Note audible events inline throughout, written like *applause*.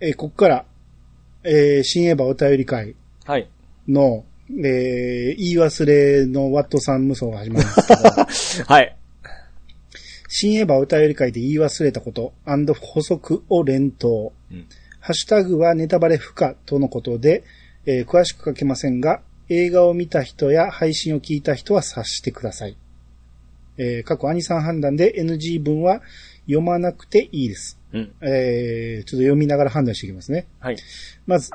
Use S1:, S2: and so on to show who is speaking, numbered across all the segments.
S1: えーこっから、えー新エヴァお便り会
S2: はい。
S1: の、えー言い忘れのワットさん無双が始ま
S2: *laughs*
S1: ります。
S2: はい。
S1: 新エヴァお便り会で言い忘れたこと、補足を連投。
S2: うん
S1: ハッシュタグはネタバレ不可とのことで、えー詳しく書けませんが、映画を見た人や配信を聞いた人は察してください。えー過去アニさん判断で NG 文は読まなくていいです。
S2: うん。
S1: えーちょっと読みながら判断していきますね。
S2: はい。
S1: まず、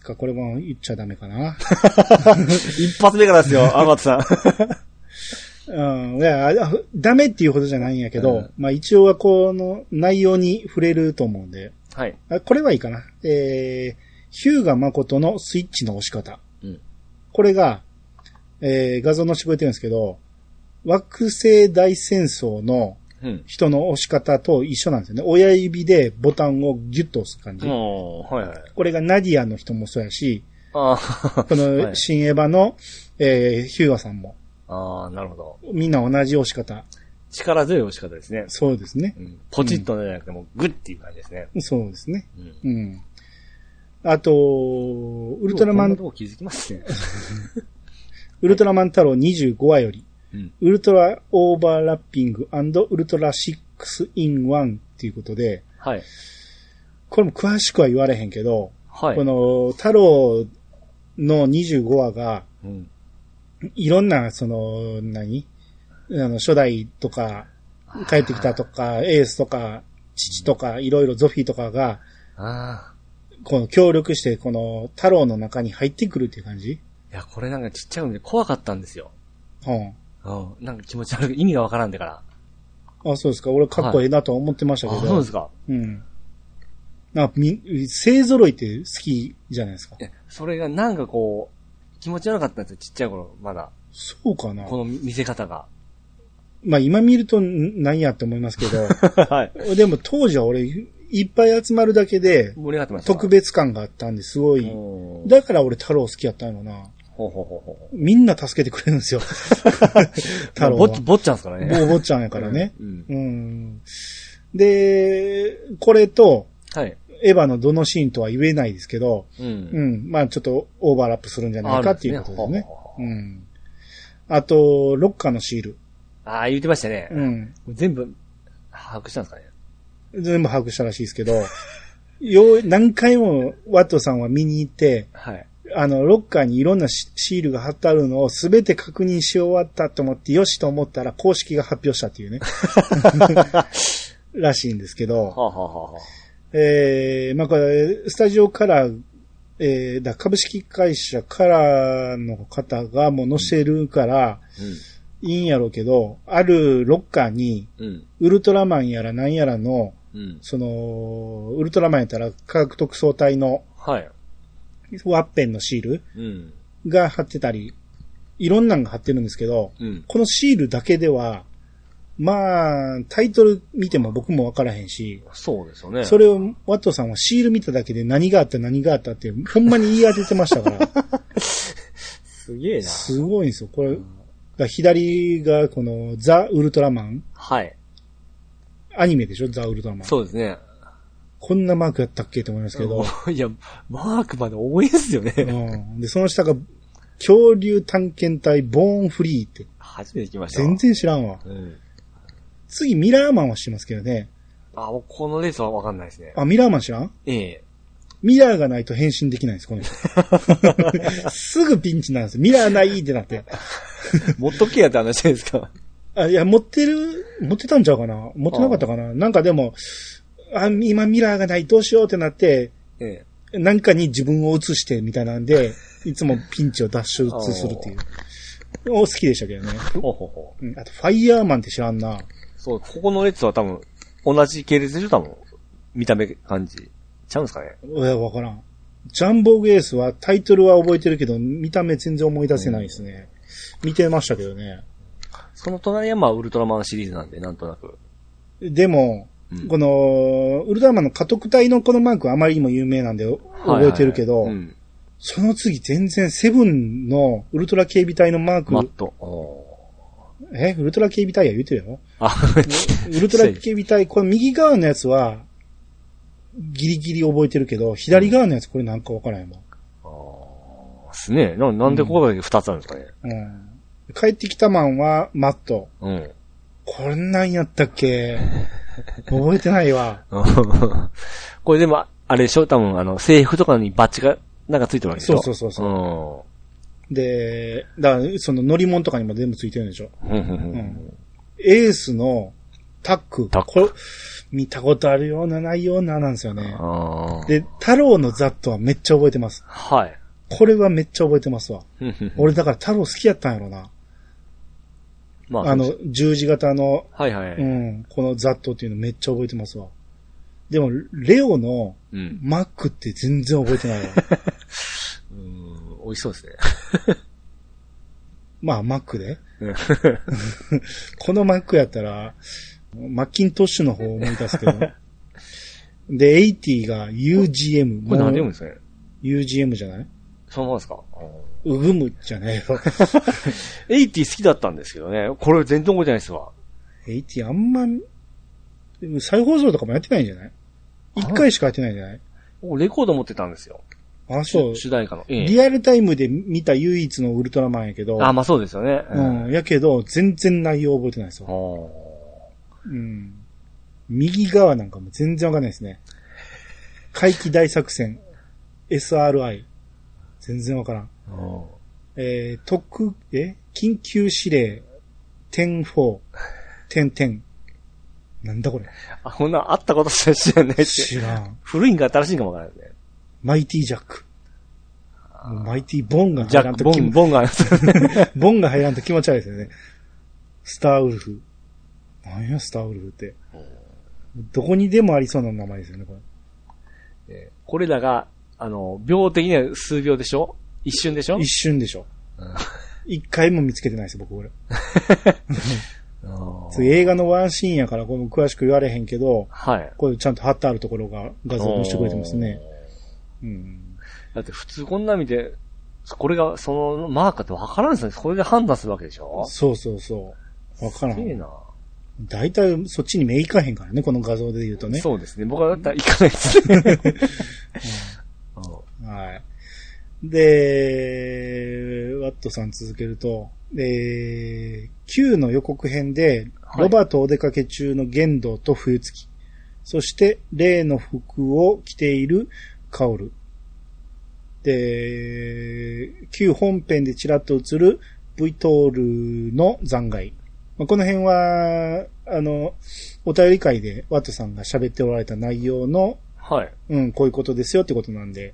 S1: かこれも言っちゃダメかな。
S2: 一発目から *laughs* ですよ、アマトさん。
S1: うん、いや、あダメっていうほどじゃないんやけど、
S2: うん
S1: まあ一応はこの内容に触れると思うんで、
S2: はい。
S1: あこれはいいかな。えー、ヒューガ誠のスイッチの押し方。
S2: うん
S1: これが、えー、画像の絞れてるんですけど、惑星大戦争の
S2: うん。
S1: 人の押し方と一緒なんですよね。親指でボタンをギュッと押す感じ。
S2: もう、はいはい。
S1: これがナディアの人もそうやし、
S2: あ *laughs*
S1: こ
S2: ーは
S1: の
S2: い
S1: 新エヴァの、えー、ヒューガさんも、
S2: あー、なるほど。
S1: みんな同じ押し方。
S2: 力強い押し方ですね。
S1: そうですね
S2: う。ん、ポチッとねじゃなくて、もうグッっていう感じですね。
S1: そうですね。
S2: うん。
S1: うん。あと、ウルトラマ
S2: こんな
S1: ン
S2: と、こ気づきますね。
S1: ウルトラマン太郎25話より、
S2: うん。
S1: ウルトラオーバーラッピングウルトラ6 in 1っていうことで、
S2: はい。
S1: これも詳しくは言われへんけど、
S2: はい。
S1: この太郎の25話が、
S2: うん。
S1: いろんな、その、何あの、初代とか、帰ってきたとか、エースとか、父とか、いろいろゾフィーとかが、
S2: ああ。
S1: この協力して、この太郎の中に入ってくるっていう感じ
S2: いや、これなんかちっちゃいので怖かったんですよ。
S1: うん。
S2: うん。なんか気持ち悪い。意味がわからんでから。
S1: あ、そうですか。俺かっこええなとは思ってましたけ
S2: あ
S1: ど。
S2: そうですか。
S1: うん。なんかみ、勢揃いって好きじゃないですか
S2: い。やそれがなんかこう、気持ち悪かったんですよ、ちっちゃい頃、まだ。
S1: そうかな。
S2: この見せ方が。
S1: まあ今見るとんなんやって思いますけ
S2: *laughs* *laughs* はい。
S1: ど、でも当時は俺、いっぱい集まるだけで、
S2: 盛り上がってました。
S1: 特別感があったんですごい。
S2: うん
S1: だから俺太郎好きやったのな。
S2: ほうほうほうほう。
S1: みんな助けてくれるんで
S2: *laughs*
S1: すよ。太郎
S2: ぼ
S1: は。
S2: っち、ぼっちゃんですからね。
S1: ぼぼっちゃんやからね。
S2: うん。
S1: うん。で、これと、
S2: はい。
S1: エヴァのどのシーンとは言えないですけど、
S2: う。
S1: うんん。まあちょっとオーバーラップするんじゃないかっていうことですね
S2: あるんですね。
S1: うん。あと、ロッカーのシール。
S2: ああ、言ってましたね。
S1: うん。
S2: 全部、把握したんですかね。
S1: 全部把握したらしいですけど、よう、何回もワットさんは見に行って、
S2: はい。
S1: あの、ロッカーにいろんなシシールが貼ってあるのを全て確認し終わったと思って、よしと思ったら公式が発表したっていうね。 *laughs* らしいんですけど。
S2: はあ、はあはあはあ、
S1: えー、まあこれ、スタジオから、えー、だ株式会社からの方がもう載せるから、いいんやろうけど、あるロッカーに、
S2: うん。うん。
S1: ウルトラマンやらなんやらの、
S2: うん。
S1: その、ウルトラマンやったら科学特捜隊の
S2: はい。
S1: ワッペンのシール
S2: うん。
S1: が貼ってたり、いろんなんが貼ってるんですけど、
S2: うん。
S1: このシールだけでは、まあ、タイトル見ても僕もわからへんし、
S2: そうですよね。
S1: それを、ワットさんはシール見ただけで何があった何があったって、ほんまに言い当ててましたから、
S2: すげえな。
S1: すごいんですよ。これ、が左がこのザ・ウルトラマン、
S2: はい。
S1: アニメでしょザ・ウルトラマン。
S2: そうですね。
S1: こんなマークやったっけと思いますけど、
S2: うん *laughs* いや、マークまで多いですよね。
S1: うん、で、その下が、恐竜探検隊ボーンフリーって、
S2: 初めて聞きました。
S1: 全。然知らんわ。
S2: うん。
S1: 次、ミラーマンは知ってますけどね。
S2: あ、もうこのレースはわかんないですね。
S1: あ、ミラーマン知らん
S2: ええ。
S1: ミラーがないと変身できないんです、この *laughs* 人。すぐピンチなんですよ。ミラーないってなって。
S2: 持っとけやって話ですか。
S1: あ、いや、持ってる、持ってたんちゃうかな持ってなかったかななんかでも、あ、今ミラーがない、どうしようってなって、
S2: ええ。
S1: なんかに自分を映してみたいなんで、いつもピンチを脱出するっていう。お好きでしたけどね。
S2: ほうほうほう。
S1: うんあと、ファイヤーマンって知らんな。
S2: そう、ここの列は多分、同じ系列でしょ多分。見た目感じ。ちゃうんですかね。
S1: え、わからん。ジャンボゲースはタイトルは覚えてるけど、見た目全然思い出せないですね。見てましたけどね。
S2: その隣はまあ、ウルトラマンシリーズなんで、なんとなく。
S1: でも、
S2: うん
S1: この、ウルトラマンの家督隊のこのマークはあまりにも有名なんで覚えてるけど、
S2: はいはいうん。
S1: その次全然セブンのウルトラ警備隊のマー
S2: マッ
S1: ク
S2: ト。お
S1: えウルトラ警備隊や言うてるやろ
S2: あ、 *laughs*
S1: ウルトラ警備隊、これ右側のやつは、ギリギリ覚えてるけど、左側のやつこれなんかわからんやもん。
S2: あーですね。ななんでここだけ二つあるんですかね。
S1: うん。帰ってきたマンは、マット。
S2: うん。 *laughs*
S1: こんなんやったっけ覚えてないわ。
S2: これでも、あれでしょ多分、あの、制服とかにバッチが、なんかついてるわけでしょ
S1: そうそうそう
S2: そ
S1: で、だから、その乗り物とかにも全部ついてるんでしょ。
S2: うん。うんうんう
S1: うんんエースのタック。
S2: タック
S1: これ見たことあるような、ないような、なんですよね。
S2: あー
S1: で、太郎のザットはめっちゃ覚えてます。
S2: はい。 *laughs*
S1: これはめっちゃ覚えてますわ。
S2: うんうんうん
S1: 俺だから太郎好きやったんやろな。
S2: まあ、
S1: あの、十字型の、
S2: はいは
S1: う
S2: い。
S1: ん、このザットっていうのめっちゃ覚えてますわ。でも、レオの
S2: うん。
S1: マックって全然覚えてないわ。
S2: うん美味しそうですね。 *laughs*
S1: まあ、マックで。
S2: うん
S1: このマックやったら、マッキントッシュの方を思い出すけ
S2: *laughs*
S1: ど。で、80が UGM。
S2: これ何で読むん
S1: も
S2: ですかね
S1: う ?UGM じゃない
S2: そのままですか
S1: うぐむじゃないよ。 *laughs*
S2: エイティ好きだったんですけどね。これ全然覚えてないですわ。
S1: 80あんま、でも再放送とかもやってないんじゃない一回しかやってないんじゃない
S2: 僕レコード持ってたんですよ。
S1: あ、そう。
S2: 主題歌の。ええ
S1: リアルタイムで見た唯一のウルトラマンやけど、
S2: あ、まあそうですよね。
S1: う。ん、やけど、全然内容覚えてないですよ。
S2: お
S1: うん。右側なんかも全然わかんないですね。怪奇大作戦、SRI。全然わからん。
S2: ーお
S1: えー、特、え緊急指令、10-4、10-10。なんだこれ。
S2: ーあ、こんなあったことしか知らないし。
S1: 知らん。
S2: 古いんか新しいんかもわからないですね。
S1: マイティジャック。もうマイティボンが
S2: ジャ
S1: 入ら
S2: ッ
S1: ん
S2: ク、
S1: と
S2: ボ
S1: 気
S2: ン、
S1: 持
S2: ボンがある。
S1: *laughs* ボンが入らんと気持ち悪いですよね。スターウルフ。なんや、スターウルフって。どこにでもありそうな名前ですよね、これ。
S2: えーこれらが、あの、秒的には数秒でしょ一瞬でしょ
S1: 一瞬でしょ
S2: うん。
S1: 一回も見つけてないです、僕、これ。
S2: あー
S1: そう映画のワンシーンやから、これも詳しく言われへんけど、
S2: はい。
S1: これちゃんと貼ってあるところが画像にしてくれてますね。うん。
S2: おー。だって普通こんな見て、これがそのマーカーってわからんですよね。これで判断するわけでしょ
S1: そうそうそう。わから
S2: すげえ
S1: ん。
S2: な。
S1: 大体そっちに目いかへんからね、この画像で言うとね。
S2: そうですね。僕はだったら行かないですね。 *laughs*
S1: はい。で、ワットさん続けると、えー、Q の予告編で、
S2: はい
S1: ロバートお出かけ中の玄道と冬月、そして、例の服を着ているカオル。で、Q 本編でちらっと映る V トールの残骸。まあ、この辺は、あの、お便り会でワットさんが喋っておられた内容の、
S2: はい。
S1: うん、こういうことですよってことなんで、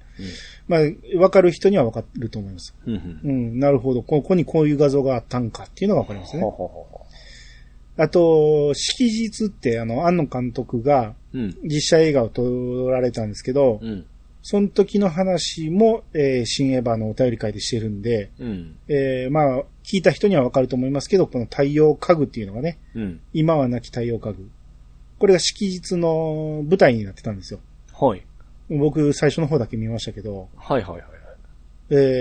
S1: まあ、わかる人にはわかると思います。
S2: うんうん
S1: うん、なるほど。ここにこういう画像があったんかっていうのがわかります
S2: ほう
S1: ね。
S2: ほうほうほ
S1: あと、式日って、あの、安野監督が
S2: ううん。
S1: 実写映画を撮られたんですけど、
S2: うん。
S1: その時の話も、えー新エヴァのお便り会でしてるんで、
S2: うん。
S1: えーまあ、聞いた人にはわかると思いますけど、この太陽家具っていうのがね、
S2: うん。
S1: 今はなき太陽家具。これが式日の舞台になってたんですよ。
S2: はい。
S1: 僕、最初の方だけ見ましたけど、
S2: はいはいはいはい。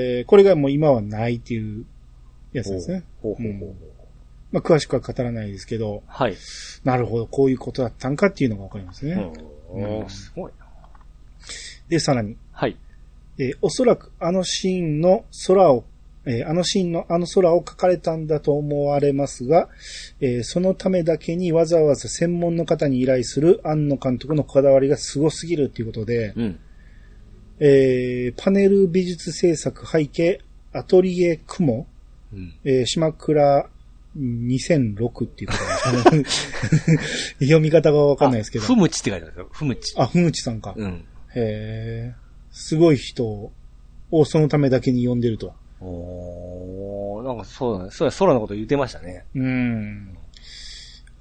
S1: えーこれがもう今はないっていうやつですね。
S2: ほうほうほうほう
S1: うんまあ、詳しくは語らないですけど、
S2: はい。
S1: なるほど、こういうことだったんかっていうのがわかりますね。
S2: おーすごいな。
S1: で、さらに、
S2: はい。
S1: えーおそらくあのシーンの空を、えーあのシーンのあの空を描かれたんだと思われますが、えーそのためだけにわざわざ専門の方に依頼する庵野監督のこだわりがすごすぎるということで、
S2: うん。
S1: えーパネル美術制作背景、アトリエ雲、
S2: うん。
S1: えー島倉2006っていうことなんですね *laughs* 読み方がわかんないですけど
S2: あ。ふむちって書いてあるんですよ。ふむち。
S1: あ、ふむちさんか。
S2: うん。
S1: へえ、すごい人をそのためだけに呼んでると。
S2: おー、なんかそうだね。そうや、空のこと言ってましたね。
S1: うん。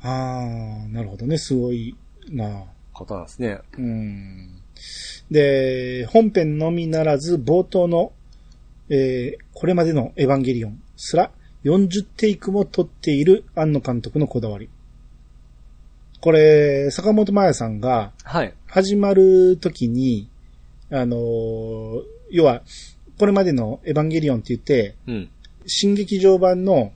S1: ああ、なるほどね。すごいな。
S2: ことなんですね。
S1: うん。で、本編のみならず冒頭の、えーこれまでのエヴァンゲリオンすら40テイクも撮っている庵野監督のこだわり。これ、坂本真綾さんが、
S2: はい。
S1: 始まる時に、あのー要は、これまでのエヴァンゲリオンって言って、
S2: うん。
S1: 新劇場版の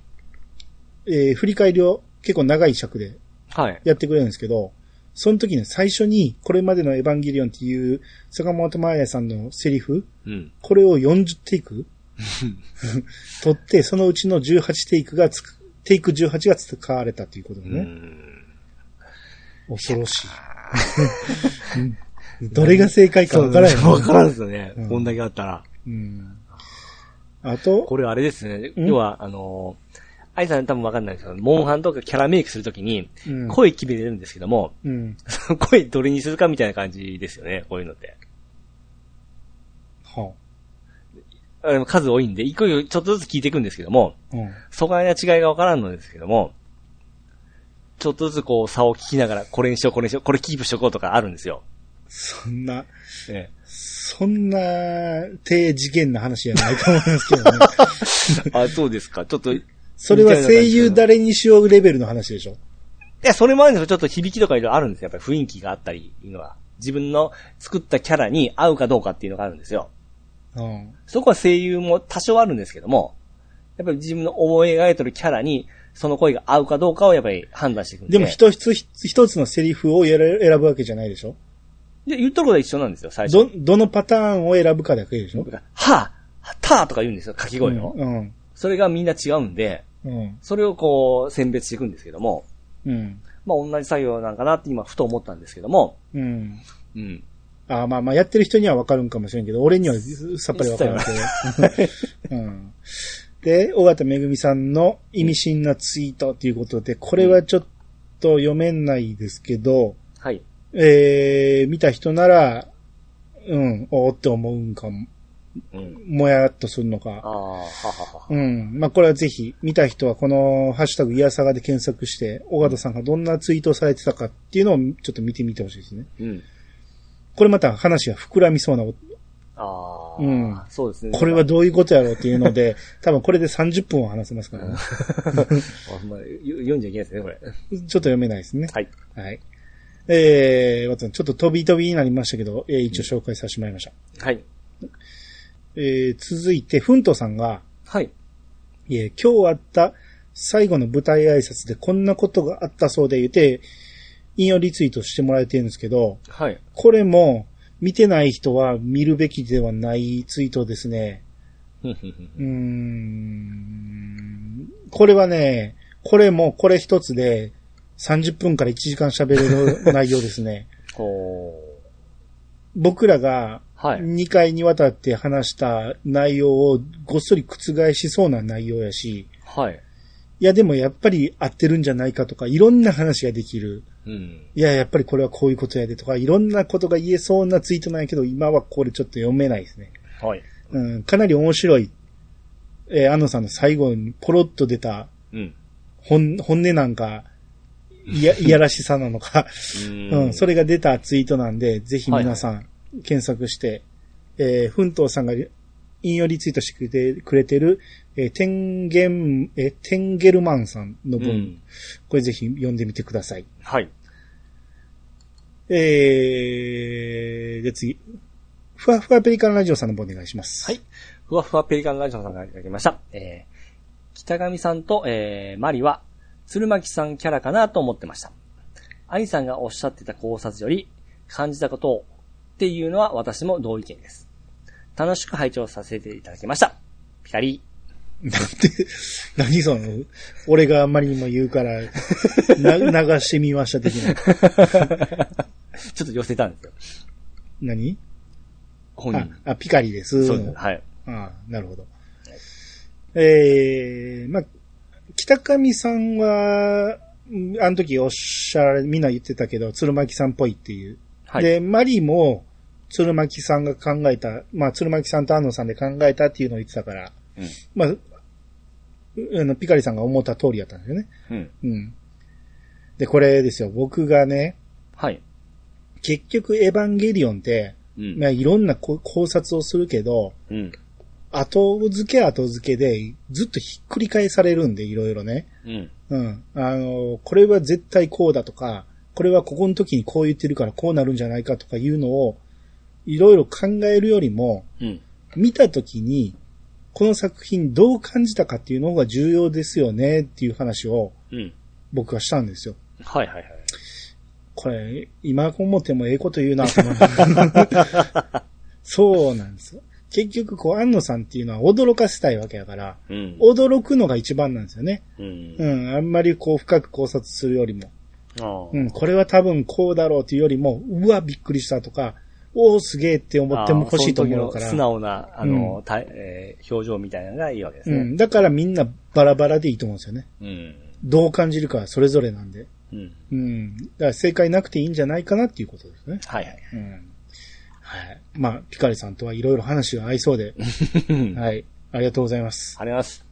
S1: えー振り返りを結構長い尺で
S2: はい。
S1: やってくれるんですけど、その時に最初にこれまでのエヴァンゲリオンっていう坂本真綾さんのセリフ、
S2: うん。
S1: これを40テイク取って、そのうちの18テイクがつく、テイク18が使われたということで
S2: う
S1: ね。
S2: ん。
S1: 恐ろしい。どれが正解かわからない、
S2: *laughs* わからんですよね
S1: うん。
S2: こんだけあったら。
S1: うん。あと、
S2: これあれですね。
S1: うん
S2: 要は、あのー、アイさん多分わかんないですけど、モンハンとかキャラメイクするときに、
S1: うん
S2: 声決めれるんですけども、 *laughs*
S1: うん。
S2: その声どれにするかみたいな感じですよね、こういうのって。
S1: は
S2: あでも数多いんで、一個一個ちょっとずつ聞いていくんですけども、
S1: あうん。
S2: 疎外な違いがわからんのですけども、ちょっとずつこう差を聞きながら、これにしよう、これにしよう、これキープしとこうとかあるんですよ。
S1: そんな、
S2: え
S1: そんな、低次元な話じゃないと思いますけどね。
S2: え *laughs* あ、そうですか。ちょっと、い
S1: それは声優誰にしようレベルの話でしょ。
S2: や、それもあるんですよ。ちょっと響きとかいろいろあるんですよ。やっぱり雰囲気があったり、いうのは。自分の作ったキャラに合うかどうかっていうのがあるんですよ。
S1: うん。
S2: そこは声優も多少あるんですけども、やっぱり自分の思い描いてるキャラに、その声が合うかどうかをやっぱり判断していくんで。
S1: でも一つ一つのセリフをやら選ぶわけじゃないでしょ
S2: で言っとることは一緒なんですよ、最初。
S1: ど、どのパターンを選ぶかだけでしょ
S2: はぁたぁとか言うんですよ、掛け声を。
S1: うん。
S2: それがみんな違うんで、
S1: うん。
S2: それをこう、選別していくんですけども、
S1: うん。
S2: まあ同じ作業なんかなって今ふと思ったんですけども、
S1: うん。
S2: うん。
S1: あーまあまあ、やってる人にはわかるんかもしれんけど、俺にはさっぱりわからんけど。うん。で、尾形めぐみさんの意味深なツイートということで、これはちょっと読めないですけど、
S2: はい。
S1: えー、見た人なら、うん、おーって思うんかも、
S2: うん。
S1: もやっとするの
S2: あ
S1: か。
S2: あ、ははは。
S1: うん。まあ、これはぜひ、見た人はこの、ハッシュタグ、イヤサガで検索して、尾形さんがどんなツイートをされてたかっていうのをちょっと見てみてほしいですね。
S2: うん。
S1: これまた話が膨らみそうなお
S2: ああ、
S1: うん
S2: そうですね。
S1: これはどういうことやろうっていうので、多分これで30分を話せますから、ね、
S2: *laughs* あんまりよ読んじゃいけないですね、これ。
S1: ちょっと読めないですね。
S2: はい。
S1: はい。えー、ワトソンちょっと飛び飛びになりましたけど、えー一応紹介させてもらいました。
S2: はい。
S1: えー、続いて、フントさんが、
S2: はい。
S1: えー今日あった最後の舞台挨拶でこんなことがあったそうで言って、引用リツイートしてもらえてるんですけど、
S2: はい。
S1: これも、見てない人は見るべきではないツイートですね。
S2: ふんふんふん
S1: うーんこれはね、これもこれ一つで30分から1時間喋れる内容です
S2: *laughs*
S1: ね。
S2: ほ
S1: 僕らが
S2: ー。はい。
S1: 2回にわたって話した内容をごっそり覆しそうな内容やし、
S2: はい。
S1: いやでもやっぱり合ってるんじゃないかとか、いろんな話ができる。
S2: うん。
S1: いや、やっぱりこれはこういうことやでとか、いろんなことが言えそうなツイートなんやけど、今はこれちょっと読めないですね。
S2: はい。
S1: うん、かなり面白い。えー、安野さんの最後にポロッと出た
S2: うん。
S1: 本、本音なんか、い
S2: *laughs*
S1: や、いやらしさなのか、
S2: う
S1: うん、それが出たツイートなんで、ぜひ皆さん、検索して、えー、奮闘さんが引用リツイートしてくれてくれてる、えー、テンゲン、えー、テンゲルマンさんの文、
S2: うん。
S1: これぜひ読んでみてください。
S2: はい。
S1: えー、で次、ふわふわペリカンラジオさんの文お願いします。
S2: はい。ふわふわペリカンラジオさんからいただきました。えー、北上さんと、えー、マリは、鶴巻さんキャラかなと思ってました。兄さんがおっしゃってた考察より、感じたことを、っていうのは私も同意見です。楽しく拝聴させていただきました。ピカ *laughs* リ。
S1: なんて、何その、俺があんまりにも言う
S2: *laughs*
S1: から、な流してみました的な。
S2: ちょっと寄せたんですよ。
S1: 何
S2: 本
S1: あ
S2: 人。、
S1: あピカリです。
S2: そうです。はい。
S1: あなるほど。えー、まあ、北上さんは、んあの時おっしゃられ、みんな言ってたけど、鶴巻さんっぽいっていう。
S2: はい。
S1: で、マリも、鶴巻さんが考えた、まあ、鶴巻さんと安野さんで考えたっていうのを言ってたから、
S2: うん
S1: まあ、うあの、ピカリさんが思った通りだったんですよね。
S2: うん。
S1: うん。で、これですよ。僕がね、
S2: はい。
S1: 結局エヴァンゲリオンって、
S2: うん
S1: まあ、いろんなこ考察をするけど、
S2: うん。
S1: 後付け後付けで、ずっとひっくり返されるんで、いろいろね。
S2: うん。
S1: うん。あの、これは絶対こうだとか、これはここの時にこう言ってるからこうなるんじゃないかとかいうのを、いろいろ考えるよりも、
S2: うん。
S1: 見た時に、この作品どう感じたかっていうのが重要ですよねっていう話を
S2: うん。
S1: 僕はしたんですよ。
S2: はいはいはい。
S1: これ、今思ってもええこと言うなと思ってそうなんですよ。結局、こう、安野さんっていうのは驚かせたいわけだから、
S2: うん。
S1: 驚くのが一番なんですよね。
S2: うん。
S1: うん、あんまりこう、深く考察するよりも。
S2: ああ
S1: うん、これは多分こうだろうというよりも、うわ、びっくりしたとか、おお、すげえって思っても欲しいと思うか
S2: あ
S1: ら。
S2: あその時の素直な、あの、たえー表情みたいなのがいいわけです
S1: う
S2: ね。
S1: ん、だからみんなバラバラでいいと思うんですよね。
S2: うん。
S1: どう感じるかはそれぞれなんで。
S2: うん。
S1: うん。だから正解なくていいんじゃないかなっていうことですね。
S2: はいはい。
S1: うん。はい。まあ、ピカリさんとはいろいろ話が合いそうで。
S2: あ
S1: はい。ありがとうございます。
S2: ります。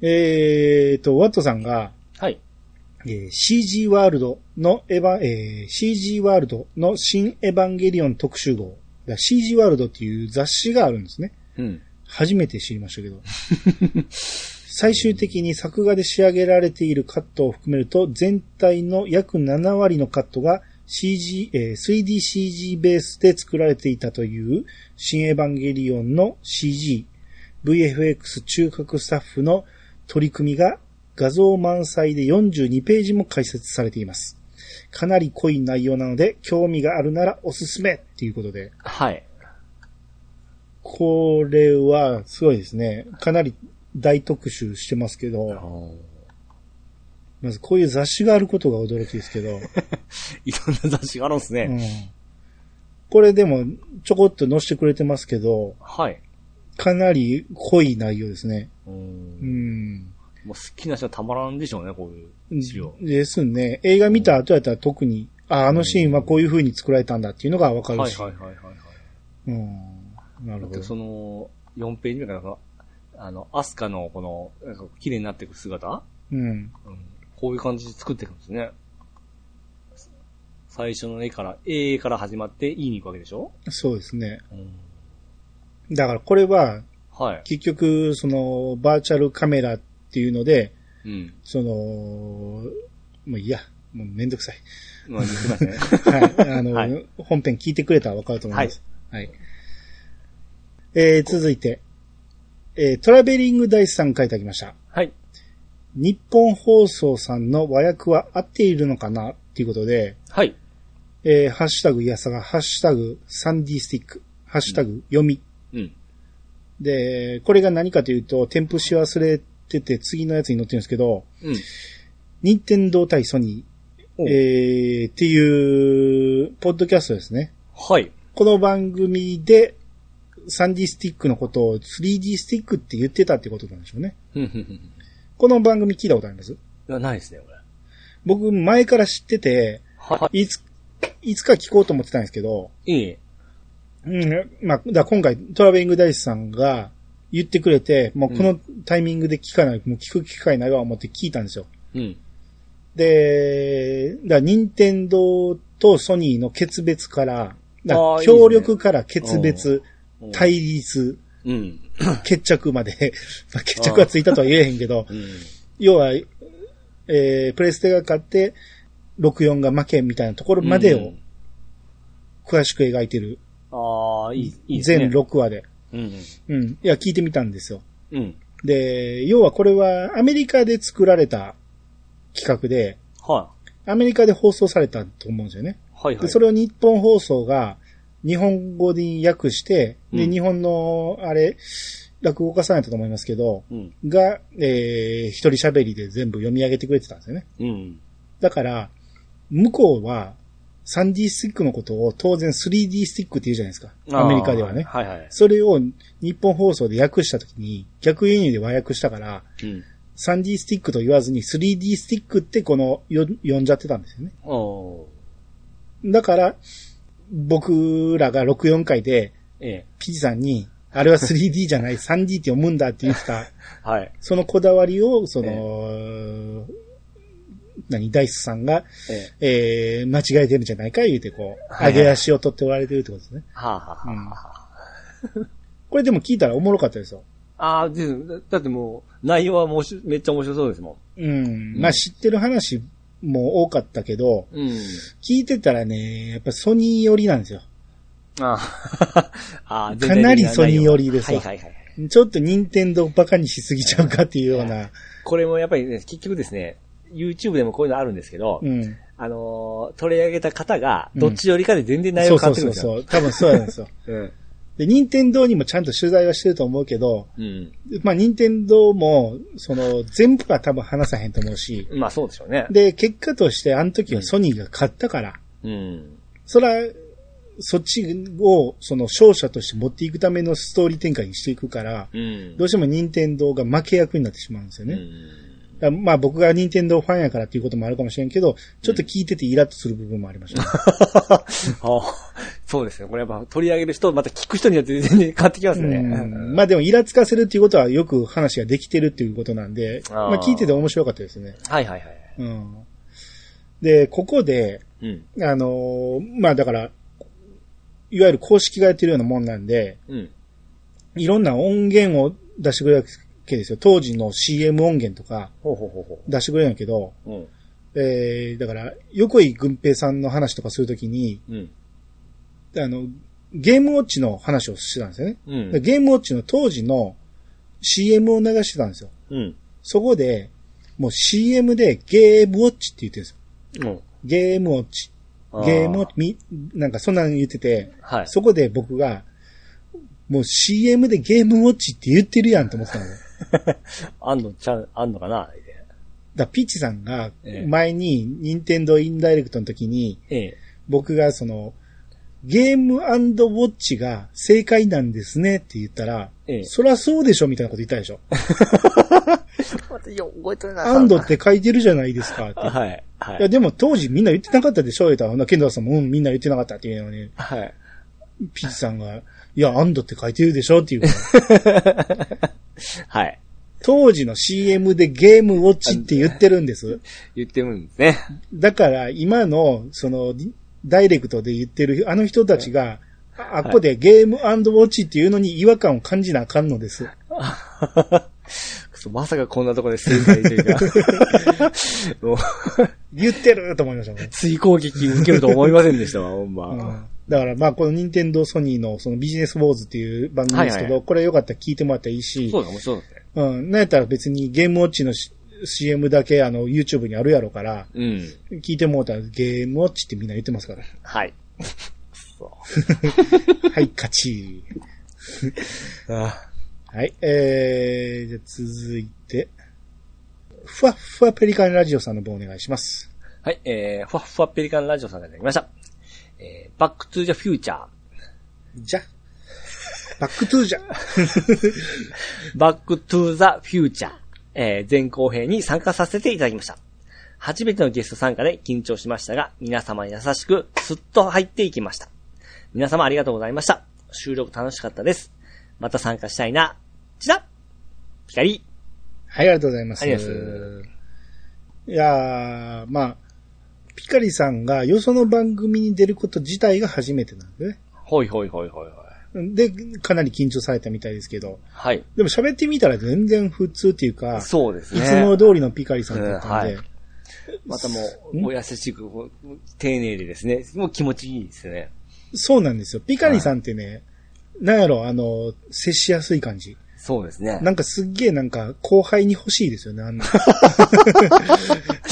S1: えーと、ワットさんが、
S2: はい。
S1: えー CG ワールドのエヴァ、えー CG ワールドの新エヴァンゲリオン特集号。だ CG ワールドっていう雑誌があるんですね。
S2: うん。
S1: 初めて知りましたけど。 *laughs* 最終的に作画で仕上げられているカットを含めると、全体の約7割のカットが CG、えー 3DCG ベースで作られていたという、新エヴァンゲリオンの CG、VFX 中核スタッフの取り組みが画像満載で42ページも解説されています。かなり濃い内容なので、興味があるならおすすめっていうことで。
S2: はい。
S1: これは、すごいですね。かなり大特集してますけど、まずこういう雑誌があることが驚きですけ
S2: *laughs*
S1: ど、
S2: いろんな雑誌があるんです
S1: う
S2: ね。
S1: ん、これでもちょこっと載せてくれてますけど、
S2: はい。
S1: かなり濃い内容ですね。
S2: うん
S1: う。ん。
S2: もう好きな人はたまらんでしょうね、こういう資料。
S1: ですね。映画見た後やったら特に、あ、あのシーンはこういう風に作られたんだっていうのがわか
S2: はい
S1: る
S2: はい
S1: し。
S2: はいはいはい。
S1: うん。な
S2: だ
S1: る
S2: っ
S1: ほ
S2: て
S1: ど。
S2: その、4ページ目からその、あの、アスカのこの、なんか綺麗になっていく姿、
S1: うん。
S2: うん、こういう感じで作っていくんですね。最初の絵から、A から始まって E に行くわけでしょ
S1: そうですね。
S2: うん。
S1: だからこれは、
S2: はい。
S1: 結局、その、バーチャルカメラっていうので、
S2: うん。
S1: その、もういいや、もうめんどくさい。
S2: まあ、言ってましたね。
S1: はい。あの、
S2: はい
S1: 本編聞いてくれたらわかると思います。はい。えー、続いて、えー、トラベリングダイスさん書いてありました。
S2: *laughs* はい。
S1: 日本放送さんの和訳は合っているのかなっていうことで、
S2: はい。
S1: えー、ハッシュタグイヤサガ、ハッシュタグサンディスティック、ハッシュタグ読み。
S2: うん。
S1: で、これが何かというと、添付し忘れてて次のやつに載ってるんですけど、
S2: うん。
S1: 任天堂対ソニ
S2: お
S1: ー、えー、っていう、ポッドキャストですね。
S2: はい。
S1: この番組で、3D スティックのことを 3D スティックって言ってたってことなんでしょうね。
S2: うん、うん、うん。
S1: この番組聞いたことあります
S2: いや、ないですね、これ。
S1: 僕、前から知ってて、
S2: はい
S1: つ、いつか聞こうと思ってたんですけど、
S2: い。いい。
S1: うん、まあ、だから今回、トラベリングダイスさんが言ってくれて、もうこのタイミングで聞かない、もう聞く機会ないわ思って聞いたんですよ。
S2: うん。
S1: で、だから任天堂とソニーの決別から、だから
S2: あーいいですね
S1: 協力から決別、対立、
S2: うん。
S1: 決着まで、 *laughs* まあ決着はついたとは言えへんけど、
S2: うん。
S1: 要は、えープレステが勝って、64が負けみたいなところまでを詳しく描いてる。
S2: ああ、いい、いいですね。
S1: 全6話で。
S2: うん。
S1: うん。いや、聞いてみたんですよ。
S2: うん。
S1: で、要はこれはアメリカで作られた企画で、
S2: は
S1: アメリカで放送されたと思うんですよね。
S2: い。はいは
S1: で、
S2: い。
S1: それを日本放送が日本語に訳して、で、
S2: うん
S1: 日本の、あれ、落語家さんやったと思いますけど、
S2: うん。
S1: が、えー、一人喋りで全部読み上げてくれてたんですよね。
S2: うん。
S1: だから、向こうは 3D スティックのことを当然 3D スティックって言うじゃないですか。アメリカではね。
S2: はいはい。
S1: それを日本放送で訳したときに、逆輸入で和訳したから、
S2: うん。
S1: 3D スティックと言わずに 3D スティックってこの、よ、呼んじゃってたんですよね。
S2: おー
S1: だから、僕らが64回で、
S2: ええ。
S1: ピチさんに、あれは 3D じゃない、3D って読むんだって言ってた、
S2: はい。
S1: そのこだわりを、その、何、ダイスさんが、
S2: ええ。
S1: えー、間違えてるんじゃないか言うて、こう、
S2: は
S1: 上
S2: いはい
S1: げ足を取っておられてるってことですね。
S2: はあ、はあはあはあ。
S1: これでも聞いたらおもろかったですよ。
S2: ああ、でだだってもう、内容はもうしめっちゃ面白そうですも
S1: うん。
S2: うん
S1: まあ知ってる話も多かったけど、
S2: ん。うん。
S1: 聞いてたらね、やっぱソニー寄りなんですよ。
S2: あー
S1: *laughs*
S2: あー、全体的
S1: かなりソニー寄りです
S2: は
S1: わ
S2: いはいはいはい。
S1: ちょっと任天堂バカにしすぎちゃうかっていうような。
S2: これもやっぱりね、結局ですね、YouTube でもこういうのあるんですけど、
S1: うん。
S2: あのー取り上げた方が、どっちよりかで全然内
S1: そ
S2: 容
S1: う
S2: 変
S1: そ
S2: わ
S1: う
S2: って
S1: そう
S2: くるんですよ。
S1: そう。多分そうなんですよ。
S2: うん
S1: で、任天堂にもちゃんと取材はしてると思うけど、
S2: うん。
S1: まあ、任天堂も、その、全部は多分話さへんと思うし、
S2: まあそうでしょうね。
S1: で、結果として、あの時はソニーが勝ったから、
S2: うん。
S1: そら、そっちを、その、勝者として持っていくためのストーリー展開にしていくから、
S2: うん。
S1: どうしても任天堂が負け役になってしまうんですよ
S2: う
S1: ね。
S2: ん *laughs*
S1: だからまあ僕が任天堂ファンやからっていうこともあるかもしれんけど、ちょっと聞いててイラッとする部分もありました。
S2: あそうですね。これやっぱ取り上げる人、また聞く人によって全然変わってきますね。
S1: うんまあでもイラつかせるっていうことはよく話ができてるっていうことなんで、
S2: あー
S1: まあ聞いてて面白かったですね。
S2: はいはいはい。
S1: うん、で、ここで、
S2: うん。
S1: あのーまあだから、いわゆる公式がやってるようなもんなんで、
S2: うん。
S1: いろんな音源を出してくれるわけですよ。当時の CM 音源とか
S2: ほうほうほうほ
S1: 出してくれるんやけど、
S2: う。うん。
S1: えー、だから、横井軍平さんの話とかするときに、
S2: うん。
S1: あの、ゲームウォッチの話をしてたんですよね。
S2: うん
S1: でゲームウォッチの当時の CM を流してたんですよ。
S2: うん。
S1: そこで、もう CM でゲームウォッチって言ってるんですよ。
S2: うん。
S1: ゲームウォッチ。ゲームウォッチ、み、なんかそんなの言ってて、
S2: はい。
S1: そこで僕が、もう CM でゲームウォッチって言ってるやんと思ってたのよ。
S2: あんのちゃん、あんのかな
S1: だからピッチさんが
S2: ええ
S1: 前に任天堂インダイレクトの時に、
S2: ええ。
S1: 僕がその、ゲームウォッチが正解なんですねって言ったら、
S2: ええ
S1: そらそうでしょみたいなこと言ったでし
S2: *laughs*
S1: ょ。
S2: 待って、よ、覚えてるな
S1: アンドって書いてるじゃないですかって。い
S2: はい。は
S1: や、
S2: い。
S1: でも当時みんな言ってなかったでしょ言ったら、ほな、ケンドラさんも、うん、みんな言ってなかったっていうのに、
S2: はい。
S1: ピッチさんが、いや、アンドって書いてるでしょっていうから。
S2: はい。
S1: 当時の CM でゲームウォッチって言ってるんです。
S2: 言ってるんです *laughs* ね。
S1: だから、今の、その、ダイレクトで言ってる、あの人たちが、ああっこでゲームウォッチっていうのに違和感を感じなあかんのです。
S2: まさかこんなとこで正解というか、 *laughs* もう、
S1: 言ってると思いましたもん。
S2: 追攻撃受けると思いませんでしたわ、ほん
S1: う
S2: ま
S1: ん。だからまあこの任天堂ソニーのそのビジネスウォーズっていう番組ですけど、
S2: はいはいは
S1: これよかったら聞いてもらったらいいし、
S2: そうだ、面白いですね。
S1: うん、なんやったら別にゲームウォッチの CM だけあの YouTube にあるやろから、
S2: うん。
S1: 聞いてもらったらゲームウォッチってみんな言ってます *laughs* から。
S2: はい。
S1: はい、勝ち。
S2: あ
S1: はい、えー、じゃあ続いて、ふわっふわペリカンラジオさんの方お願いします。
S2: はい、えー、ふわっふわペリカンラジオさんがいただきました。えー、バックトゥーザフューチャー。
S1: じゃ、バックトゥーじゃ。
S2: バックトゥーザフューチャー、えー前後編に参加させていただきました。初めてのゲスト参加で緊張しましたが、皆様優しく、すっと入っていきました。皆様ありがとうございました。収録楽しかったです。また参加したいな。ちらピカリ
S1: はい、ありがとうございます。
S2: ありがとうございま
S1: いやー、まあ、ピカリさんがよその番組に出ること自体が初めてなんでね。
S2: ほいほいほいほいほい。
S1: で、かなり緊張されたみたいですけど、
S2: はい。
S1: でも喋ってみたら全然普通っていうか、
S2: そうです
S1: い
S2: ね。
S1: つも通りのピカリさんだったんで、
S2: うんはまたもう、お優しく、こう丁寧でですね、もう気持ちいいですね。
S1: そうなんですよ。ピカリさんってね、なんやろ、あの、接しやすい感じ。
S2: そうですね。
S1: なんかすっげえなんか後輩に欲しいですよね、あ
S2: *laughs*
S1: んな。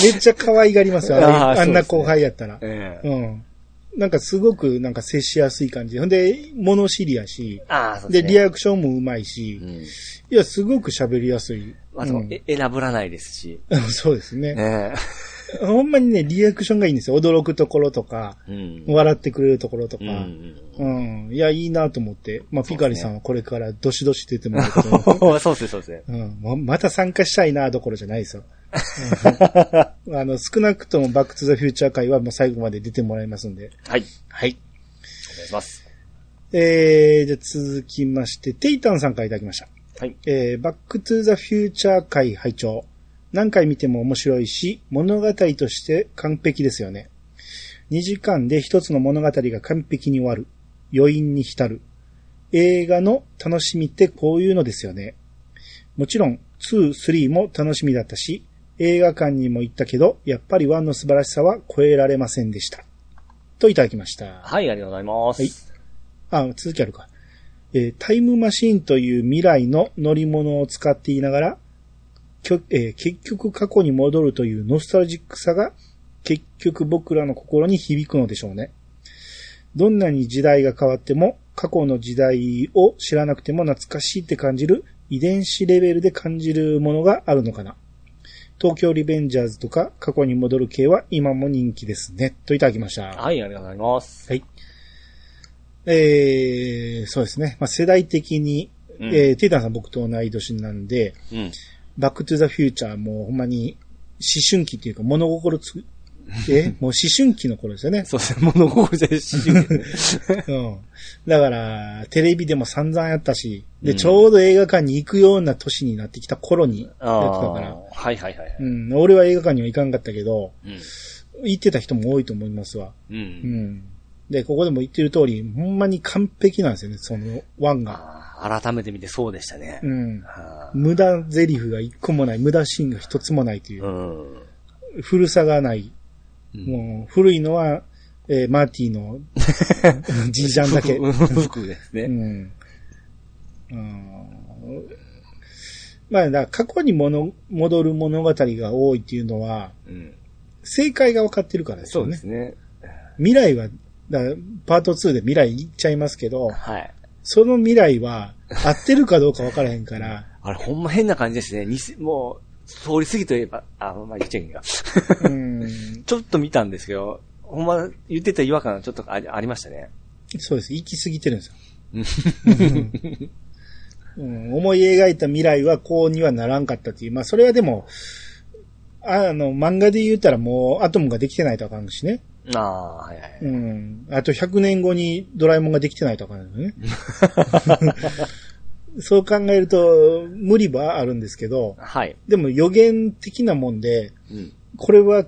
S1: めっちゃ可愛がりますよ、あれ
S2: あー
S1: あんな
S2: そうですね
S1: 後輩やったら。
S2: ええ
S1: うん。なんかすごくなんか接しやすい感じ。ほんで、物知りやし、
S2: ああ、そうで
S1: で、
S2: すね。
S1: リアクションもうまいし、
S2: うん。
S1: いや、すごく喋りやすい。
S2: あと、
S1: うん
S2: え選ぶらないですし。
S1: *laughs* そうですね。
S2: ね
S1: ほんまにね、リアクションがいいんですよ。驚くところとか、
S2: え。うん。
S1: 笑ってくれるところとか。
S2: う
S1: うんん。
S2: うん
S1: いや、いいなと思って。まあ、ピカリさんはこれからどしどし出てもらう
S2: *laughs*
S1: と思う。
S2: うんそうですね、そうですね。
S1: うん、ままた参加したいな、どころじゃないですよ。
S2: *laughs*
S1: うんあの、少なくともバックトゥザフューチャー会はもう最後まで出てもらいますんで。
S2: はい。
S1: はい。
S2: お願いします。
S1: えー、じゃあ続きまして、テイタンさんからいただきました。
S2: はい。
S1: えー、バックトゥザフューチャー会拝聴何回見ても面白いし、物語として完璧ですよね。2時間で一つの物語が完璧に終わる。余韻に浸る。映画の楽しみってこういうのですよね。もちろん、2、3も楽しみだったし、映画館にも行ったけど、やっぱり1の素晴らしさは超えられませんでした。といただきました。
S2: はい、ありがとうございます。
S1: はいあ、続きあるか。えータイムマシンという未来の乗り物を使っていながら、きょえー結局過去に戻るというノスタルジックさが結局僕らの心に響くのでしょうね。どんなに時代が変わっても過去の時代を知らなくても懐かしいって感じる遺伝子レベルで感じるものがあるのかな。東京リベンジャーズとか過去に戻る系は今も人気ですね。といただきました。
S2: はい、ありがとうございます。
S1: はい。えー、そうですね。まあ、世代的に、
S2: うん
S1: えー、テータンさん僕と同い年なんで、
S2: うん。
S1: バックトゥザフューチャーもほんまに思春期っていうか物心つ、え
S2: *laughs*
S1: もう思春期の頃ですよね。
S2: そうですね、物心で死ぬ。
S1: うん。だから、テレビでも散々やったし、で、
S2: うん
S1: ちょうど映画館に行くような年になってきた頃にやってた
S2: *laughs* ああ
S1: から、
S2: ー。はいはいはいはい。
S1: うん、俺は映画館には行かんかったけど、
S2: うん。
S1: 行ってた人も多いと思いますわ。
S2: う。
S1: うんん。で、ここでも言ってる通り、ほんまに完璧なんですよね、その、ワンが。
S2: あー改めて見てそうでしたね
S1: う。ん。
S2: あ
S1: 無駄台詞が一個もない、無駄シーンが一つもないとい
S2: ー
S1: う、
S2: うん。
S1: 古さがない。
S2: うん
S1: もう、古いのは、えーマーティの、
S2: *laughs*
S1: じいちゃんだけ。
S2: 服服です
S1: う
S2: ね。
S1: ん。うんまあ、だから過去にもの戻る物語が多いっていうのは、
S2: うん。
S1: 正解が分かってるからです
S2: そ
S1: よ
S2: うで
S1: ね。
S2: すね。
S1: 未来は、だからパート2で未来行っちゃいますけど、
S2: はい。
S1: その未来は合ってるかどうか分からへん
S2: *laughs*
S1: から、
S2: あれ、ほんま変な感じですね。にせもう、通り過ぎといえば、あ、まあ、言っちゃいけんか。
S1: うん、
S2: ちょっと見たんですけど、ほんま、言ってた違和感ちょっとありありましたね。
S1: そうです。行き過ぎてるんですよ。
S2: うん
S1: うん、思い描いた未来はこうにはならんかったっていう。まあ、それはでも、あの、漫画で言ったらもうアトムができてないとあかんしね。
S2: ああ、はいはい。
S1: うん。あと100年後にドラえもんができてないとあかんよね。そう考えると、無理はあるんですけど、
S2: はい。
S1: でも予言的なもんで、
S2: うん。
S1: これは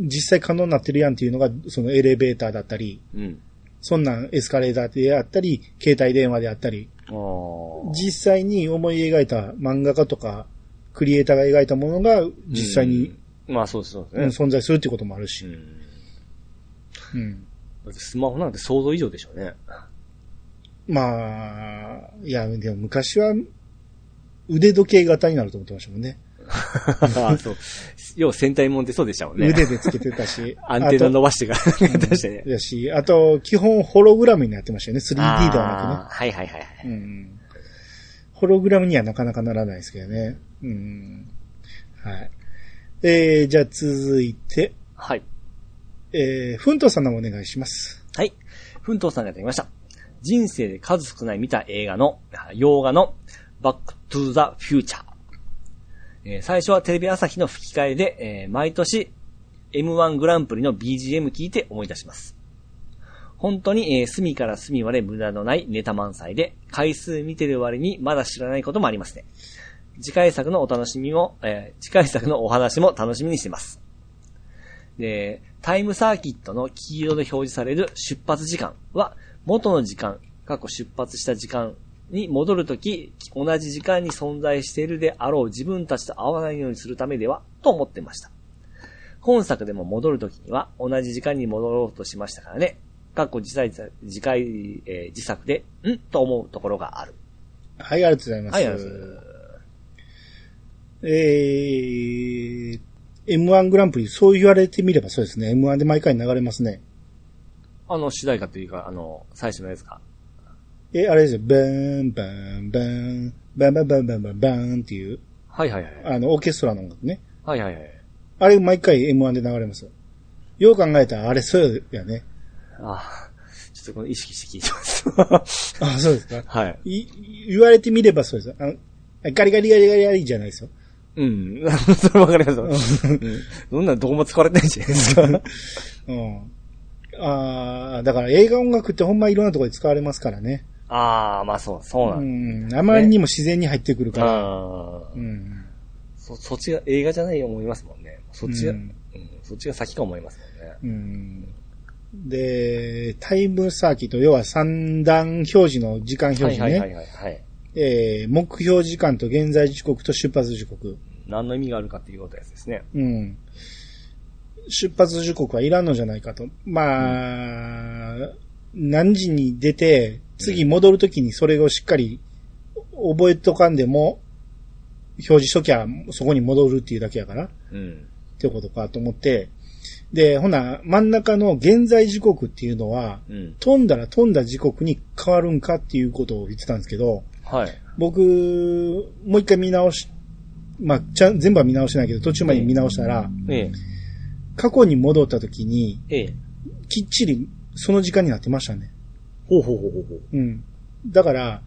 S1: 実際可能になってるやんっていうのが、そのエレベーターだったり、
S2: うん。
S1: そんなんエスカレーターであったり、携帯電話であったり、
S2: おー
S1: 実際に思い描いた漫画家とか、クリエイターが描いたものが実際に、
S2: うんまあそうですそう
S1: うん
S2: ですね。
S1: 存在するってこともあるし、
S2: うん
S1: うん
S2: だってスマホなんて想像以上でしょ *laughs* うね。
S1: まあ、いや、でも昔は腕時計型になると思ってましたもんね。
S2: あそう。要は戦隊もんってそうでしたもんね。、
S1: 腕でつけてたし
S2: *laughs* アンテナ伸ばしてから、
S1: あと
S2: 出してね
S1: う。んだし、あと、基本ホログラムになってましたよね。3D ではなくね
S2: あーはいはいはいはい。。
S1: うんホログラムにはなかなかならないですけどね。うん。はい。えー、じゃあ続いて、
S2: はい。
S1: えー、ふんとさんのお願いします。
S2: はい。奮闘さんがやってきました。人生で数少ない見た映画の、あ洋画の、バックトゥザフューチャー。えー最初はテレビ朝日の吹き替えで、えー毎年 M1 グランプリの BGM 聞いて思い出します。本当に、えー隅から隅まで無駄のないネタ満載で、回数見てる割にまだ知らないこともありますね。次回作のお楽しみも、えー次回作のお話も楽しみにしてます。で、タイムサーキットの黄色で表示される出発時間は、元の時間、過去出発した時間に戻るとき、同じ時間に存在しているであろう自分たちと合わないようにするためでは、と思ってました。本作でも戻るときには、同じ時間に戻ろうとしましたからね。過去自際次回、えー自作で、んと思うところがある。
S1: はい、ありがとうございます。
S2: はい、ありがとうございます。
S1: えー、M1 グランプリ、そう言われてみればそうですね。M1 で毎回流れますね。
S2: あの、主題歌というか、あの、最初のやつか。
S1: え、あれですよ。バーン、バーン、バーン、バンバンバンバンバンバーンっていう、
S2: はいはいはい。
S1: あの、オーケストラの音楽ね。
S2: はいはいはい。
S1: あれ毎回 M1 で流れます。よう考えたら、あれそうやね。
S2: あちょっとこの意識して聞いてます。
S1: あ、そうですか。
S2: *laughs* はい。
S1: い、言われてみればそうです。あのガリガリガリガリガリじゃないですよ。 *laughs*
S2: うん。 *laughs* それわかります。うん。そんなどこも使われてないじゃないですか。
S1: うん。ああ、だから映画音楽ってほんまいろんなところで使われますからね。
S2: ああ、まあそう、そうな
S1: うんん。あまりにも自然に入ってくる
S2: だ。
S1: から。
S2: ああ。
S1: うん。
S2: そ、そっちが映画じゃないと思いますもんね。そっちが、
S1: う
S2: うんん、そっちが先か思いますもんね。
S1: うん。で、タイムサーキット、要は三段表示の時間表示ね。
S2: はいはいはいはいはい。
S1: えー目標時間と現在時刻と出発時刻。
S2: 何の意味があるかっていうことやつですね。
S1: うん。出発時刻はいらんのじゃないかと。まあ、何時に出て、次戻るときにそれをしっかり覚えとかんでも、表示しときゃそこに戻るっていうだけやから、っ
S2: うん。
S1: てことかと思って、で、ほな、真ん中の現在時刻っていうのは、
S2: うん。
S1: 飛んだら飛んだ時刻に変わるんかっていうことを言ってたんですけど、
S2: はい。
S1: 僕、もう一回見直し、まあ、ちゃん、全部は見直してないけど、途中まで見直したら、
S2: ええ。
S1: 過去に戻った時に、
S2: ええ。
S1: きっちりその時間になってましたね。
S2: ほうほうほうほうほう。
S1: うん。だから、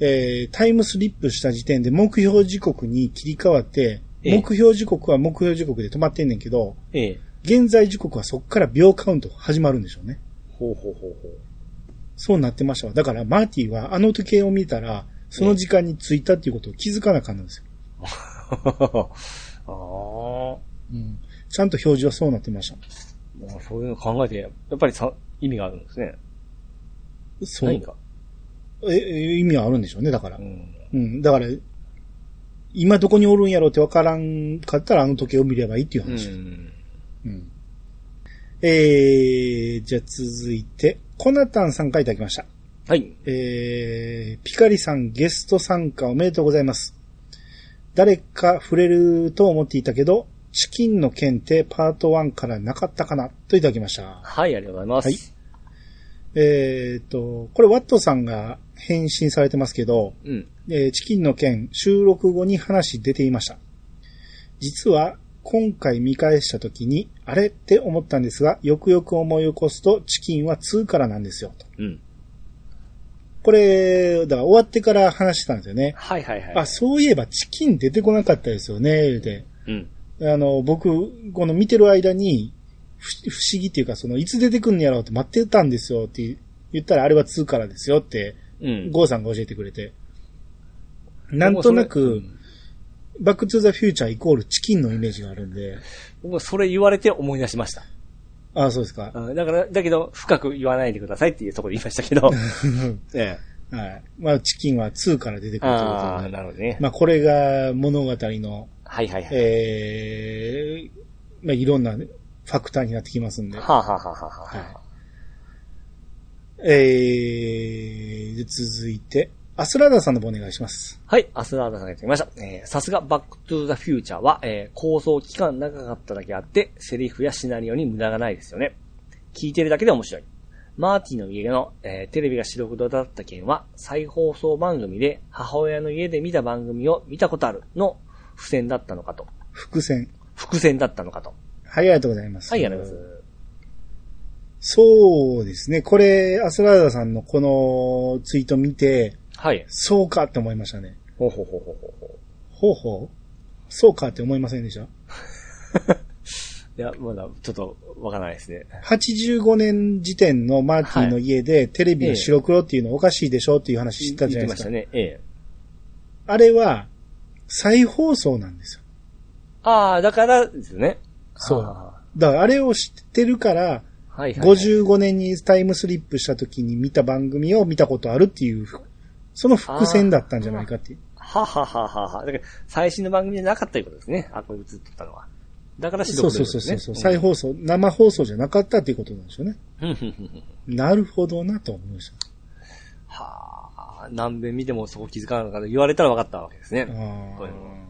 S1: えー、タイムスリップした時点で目標時刻に切り替わって、
S2: ええ
S1: 目標時刻は目標時刻で止まってんねんけど、
S2: ええ。
S1: 現在時刻はそっから秒カウント始まるんでしょうね。
S2: ほうほうほうほう。
S1: そうなってましたわ。だから、マーティはあの時計を見たら、その時間に着いたっていうことを気づかなかったんですよ。
S2: あ *laughs* あ、も
S1: うん。ちゃんと表示はそうなってました。
S2: うそういうの考えて、やっぱりさ意味があるんですね。
S1: そ
S2: ないんか。
S1: え、え意味はあるんでしょうね、だから
S2: う。ん。
S1: うん。だから、今どこにおるんやろうってわからんかったら、あの時計を見ればいいっていう
S2: う
S1: 話。
S2: ん。
S1: うん。えー、じゃあ続いて、コナタンさんからいただきました。
S2: はい。
S1: えー、ピカリさんゲスト参加おめでとうございます。誰か触れると思っていたけど、チキンの剣ってパート1からなかったかなといただきました。
S2: はい、ありがとうございます。
S1: はいえーと、これワットさんが返信されてますけど、
S2: うん。
S1: えーチキンの件収録後に話出ていました。実は今回見返した時に、あれって思ったんですが、よくよく思い起こすとチキンは2からなんですよ。と
S2: うん。
S1: これ、だから終わってから話してたんですよね。
S2: はいはいはい。
S1: あ、そういえばチキン出てこなかったですよね、言うて。
S2: うん。
S1: あの、僕、この見てる間に、ふ不思議っていうか、その、いつ出てくんのやろうって待ってたんですよって言ったら、あれは2からですよって、
S2: うん。
S1: ゴーさんが教えてくれて。なんとなく、バックトゥザフューチャーイコールチキンのイメージがあるんで。
S2: 僕はそれ言われて思い出しました。
S1: ああ、そうですか。
S2: うんだから、だけど、深く言わないでくださいっていうところで言いましたけ *laughs* ど。ええ。
S1: はい。まあ、チキンは2から出てくるということ
S2: ああ、
S1: で。
S2: なるほどね。
S1: まあ、これが物語の、
S2: はいはいはい。
S1: ええまあ、いろんなファクターになってきますんで。
S2: はあ、はあはあはあはあ、
S1: えー、続いて、アスラーダさんの方お願いします。
S2: はい、アスラーダさんが言ってきました。えーさすがバックトゥーザフューチャーは、えー構想期間長かっただけあって、セリフやシナリオに無駄がないですよね。聞いてるだけで面白い。マーティの家の、えーテレビが白黒だった件は、再放送番組で母親の家で見た番組を見たことあるの付箋だったのかと。
S1: 伏線。
S2: 伏線だったのかと。
S1: はい、ありがとうございます。
S2: はい、ありがとうござい
S1: そうですね。これ、アスラーダさんのこのツイート見て、
S2: ます。はい。
S1: そうかって思いましたね。
S2: ほうほうほうほうほうほ
S1: ほうほうそうかって思いませんでした
S2: う。いや、まだちょっとわからないですね。
S1: ?85 年時点のマーティの家で、テレビの白黒っていうのおかしいでしょっていう話知ったじゃないですか。
S2: 言ってましたね。ええ。
S1: あれは、再放送なんですよ。
S2: ああ、だからですね。
S1: そう
S2: あ
S1: だからあれを知ってるから、
S2: ーはいはい、はい。
S1: 55年にタイムスリップした時に見た番組を見たことあるっていう、その伏線だったんじゃないかっていう。
S2: ははははは。だから、最新の番組じゃなかったということですね。あ、これ映っとったのは。だから
S1: そ
S2: 白
S1: う
S2: 黒
S1: そ
S2: で
S1: う
S2: す
S1: そ
S2: ね。
S1: うそう、再放送、生放送じゃなかったっていうことなんでしょうね。
S2: うんふんふんふん
S1: なるほどなと思いまし
S2: はあ、何遍見てもそこ気づかなかった。言われたら分かったわけですね
S1: た。。あ
S2: こういう
S1: ー
S2: のも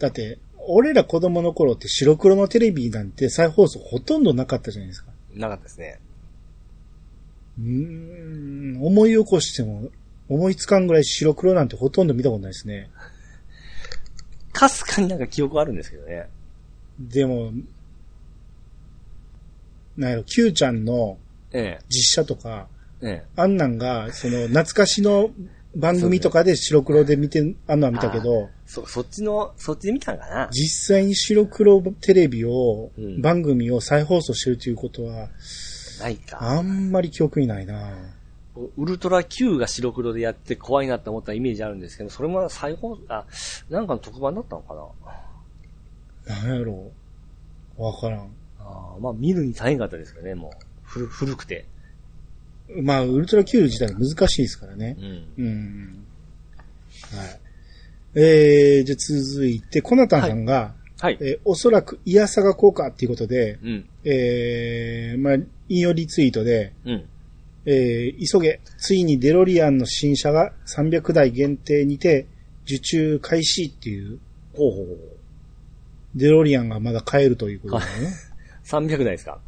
S1: だって、俺ら子供の頃って白黒のテレビなんて再放送ほとんどなかったじゃないですか。
S2: なかったですね。
S1: うーん、思い起こしても、思いつかんぐらい白黒なんてほとんど見たことないですね。
S2: かすかになんか記憶はあるんですけどね。
S1: でも、なんやろ、Q ちゃんの
S2: え
S1: 実写とか、
S2: え。え
S1: あんなんが、その、懐かしの番組とかで白黒で見て、あんのは
S2: え。
S1: 見たけど、
S2: あー。そ、そっちの、そっちで見たんかな。
S1: 実際に白黒テレビを
S2: う、ん
S1: 番組を再放送してるということは、
S2: ないか。
S1: あんまり記憶にないな
S2: ウルトラ Q が白黒でやって怖いなって思ったイメージあるんですけど、それも最後、あ、なんかの特番だったのかな。
S1: なんやろうわからん。
S2: あーまあ見るに大変かったですけどね、もう。古古くて。
S1: まあ、ウルトラ Q 自体難しいですからね
S2: う。ん。
S1: うん。はい。えー、じゃあ続いて、コナタンさんが、
S2: はい。
S1: えーおそらくイヤサが効果っていうことで、
S2: うん。
S1: えー、まあ、引用リツイートで、
S2: うん。
S1: えー急げ、ついにデロリアンの新車が300台限定にて受注開始っていう、
S2: ほうほうほう。
S1: デロリアンがまだ買えるということだね。
S2: 300台ですか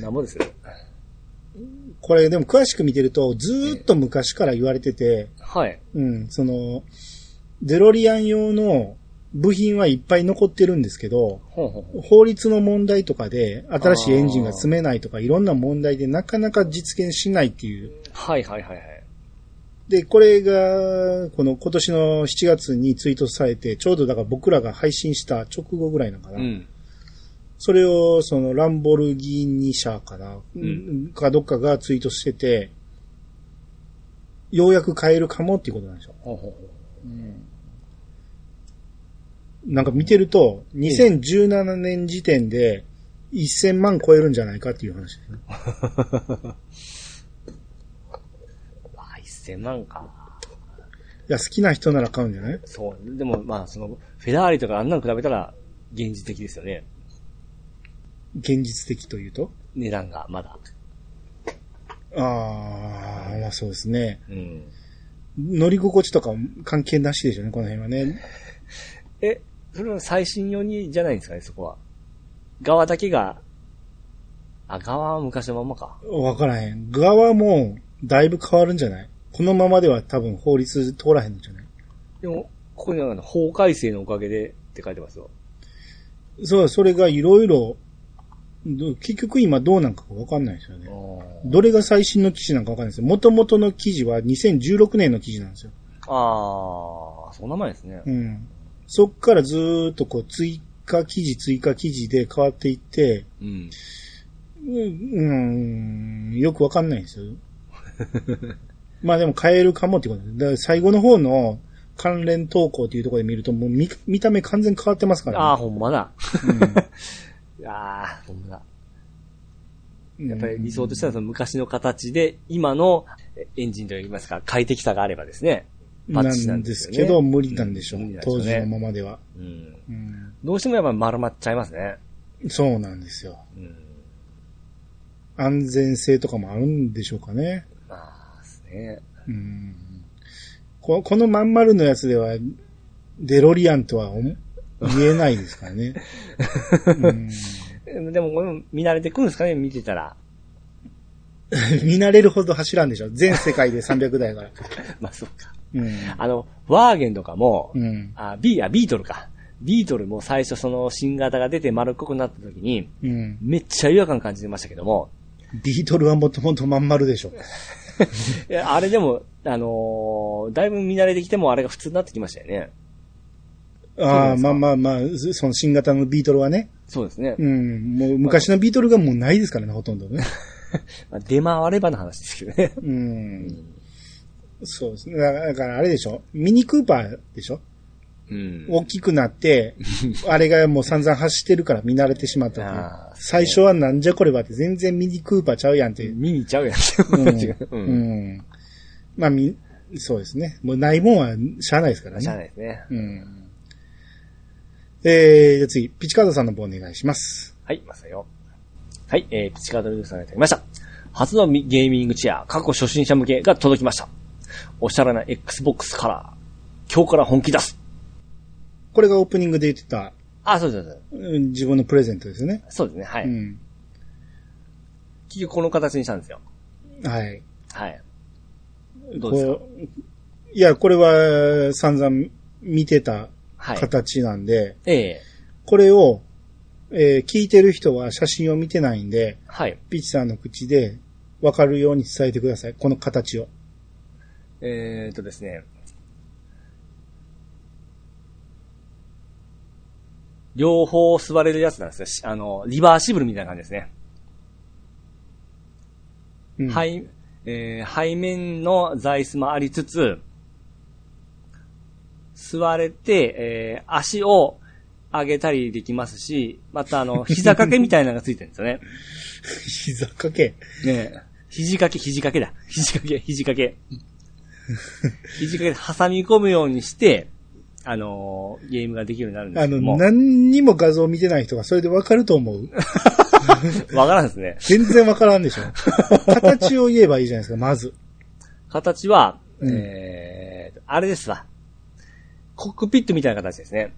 S2: なんぼですよ。
S1: これでも詳しく見てると、ずーっと昔から言われてて、
S2: はい。
S1: うん、その、デロリアン用の部品はいっぱい残ってるんですけど、
S2: ほうほうほう。
S1: 法律の問題とかで新しいエンジンが積めないとかいろんな問題でなかなか実現しないっていう。
S2: はいはいはいはい。
S1: で、これが、この今年の7月にツイートされて、ちょうどだから僕らが配信した直後ぐらいなのかな。
S2: うん。
S1: それを、その、ランボルギーニ社かな、
S2: ん
S1: かどっかがツイートしてて、ようやく買えるかもっていうことなんでしょ
S2: ほうほうほう。
S1: う。なんか見てると、2017年時点で1000万超えるんじゃないかっていう話ですね。
S2: まあ、1000万か。
S1: いや、好きな人なら買うんじゃない
S2: そう。でもまあ、その、フェラーリとかあんなの比べたら、現実的ですよね。
S1: 現実的というと
S2: 値段が、まだ。
S1: ああ、まあそうですね。
S2: うん。
S1: 乗り心地とか関係なしでしょうね、この辺はね。
S2: え、それは最新用にじゃないんですかね、そこは。側だけが、あ、側は昔のまんまか。
S1: わからへん。側もだいぶ変わるんじゃないこのままでは多分法律通らへんのじゃない
S2: でも、ここにあの、法改正のおかげでって書いてますよ。
S1: そう、それがいろいろ、ど結局今どうなんかわかんないですよね。どれが最新の記事なんかわかんないですよ。元々の記事は2016年の記事なんですよ。
S2: ああ、そんな前ですね。
S1: うん。そっからずーっとこう追加記事、追加記事で変わっていって、
S2: うん。
S1: うん、うんよくわかんないんですよ。 *laughs* まあでも変えるかもってことです。だから最後の方の関連投稿っていうところで見ると、もう見見た目完全に変わってますから、
S2: ああ、ほんまだ。 *laughs*
S1: うん
S2: ああ、ほんまだ。やっぱり理想としてはその昔の形で、今のエンジンといいますか、快適さがあればですね。パッチ
S1: な
S2: なんん
S1: で
S2: ですすよね
S1: けど、無理なんでしょう。
S2: うん無理なんでしょ
S1: 当
S2: うね
S1: 時のままでは、
S2: うん。
S1: うん
S2: どうしてもやっぱ丸まっちゃいますね。
S1: そうなんですよ。
S2: うん。
S1: 安全性とかもあるんでしょうかね。
S2: まあ、ですね。
S1: うんここのまん丸のやつでは、デロリアンとは思言えないですからね。 *laughs* うん
S2: えでも、これも見慣れてくるんですかね、見てたら。 *laughs*
S1: 見慣れるほど走らんでしょ。全世界で300台から。
S2: まあ、そうか。
S1: うん。
S2: あの、ワーゲンとかも、
S1: うん。
S2: あ、ビー、あ、ビートルか。ビートルも最初その新型が出て丸っこくなった時に、
S1: うん。
S2: めっちゃ違和感感じてましたけども、
S1: ビートルはもともとまん丸でしょ。
S2: *laughs* いやあれでも、あのーだいぶ見慣れてきてもあれが普通になってきましたよね。
S1: あ
S2: そうな
S1: あ、
S2: んです
S1: まあ
S2: か
S1: まあまあ、そその新型のビートルはね。
S2: そうですね。
S1: うん。もう昔のビートルがもうないですからね、ほとんどね。
S2: まあ出回ればの話ですけどね。
S1: うん。そうですね。だだからあれでしょ。ミニクーパーでしょ。
S2: うん。
S1: 大きくな
S2: *laughs*
S1: って、あれがもう散々走ってるから見慣れてしまったという
S2: ああ
S1: 最初はなんじゃこれはって全然ミニクーパーちゃうやんって。
S2: 見に行っちゃうやん。違う。
S1: う
S2: うん。
S1: ん。まあ、み、そうですね。もうないもんはしゃあないですから
S2: しゃあ
S1: ね。
S2: ないですね。
S1: うん。えー、じゃあ次、ピチカードさんの方お願いします。
S2: はい、まさよ。はい、えー、ピチカードルーさんがいただきました。初のミゲーミングチェア、過去初心者向けが届きました。おしゃれな Xbox カラー。今日から本気出す。
S1: これがオープニングで言ってた、
S2: あ、そうですそうです。
S1: うん自分のプレゼントですね。
S2: そうですね、は
S1: う
S2: い。
S1: ん。
S2: 結局この形にしたんですよ。
S1: はい。
S2: はい。どうですか
S1: こういや、これは散々見てた
S2: はい。
S1: 形なんで、
S2: ええ
S1: これを、えー聞いてる人は写真を見てないんで、
S2: はい。
S1: ピチさんの口でわかるように伝えてください。この形を。
S2: えー、っとですね。両方座れるやつなんですよし。あの、リバーシブルみたいな感じですね。
S1: うん、い。
S2: 背、えー背面の座椅子もありつつ、座れて、えー足を上げたりできますし、またあの、膝掛けみたいなのがついてるんですよね。
S1: 膝掛け。
S2: ねえ肘掛け、肘掛けだ。肘掛け、肘掛
S1: *laughs*
S2: け。肘掛けで挟み込むようにして、あのーゲームができるようになるんで
S1: あ
S2: すけど
S1: の、
S2: も。
S1: 何にも画像を見てない人がそれでわかると思う。
S2: わからんですね。
S1: 全然わからん
S2: *laughs*
S1: でしょ。形を言えばいいじゃないですか、まず。
S2: 形は、
S1: うん
S2: えー、あれですわ。コックピットみたいな形ですね。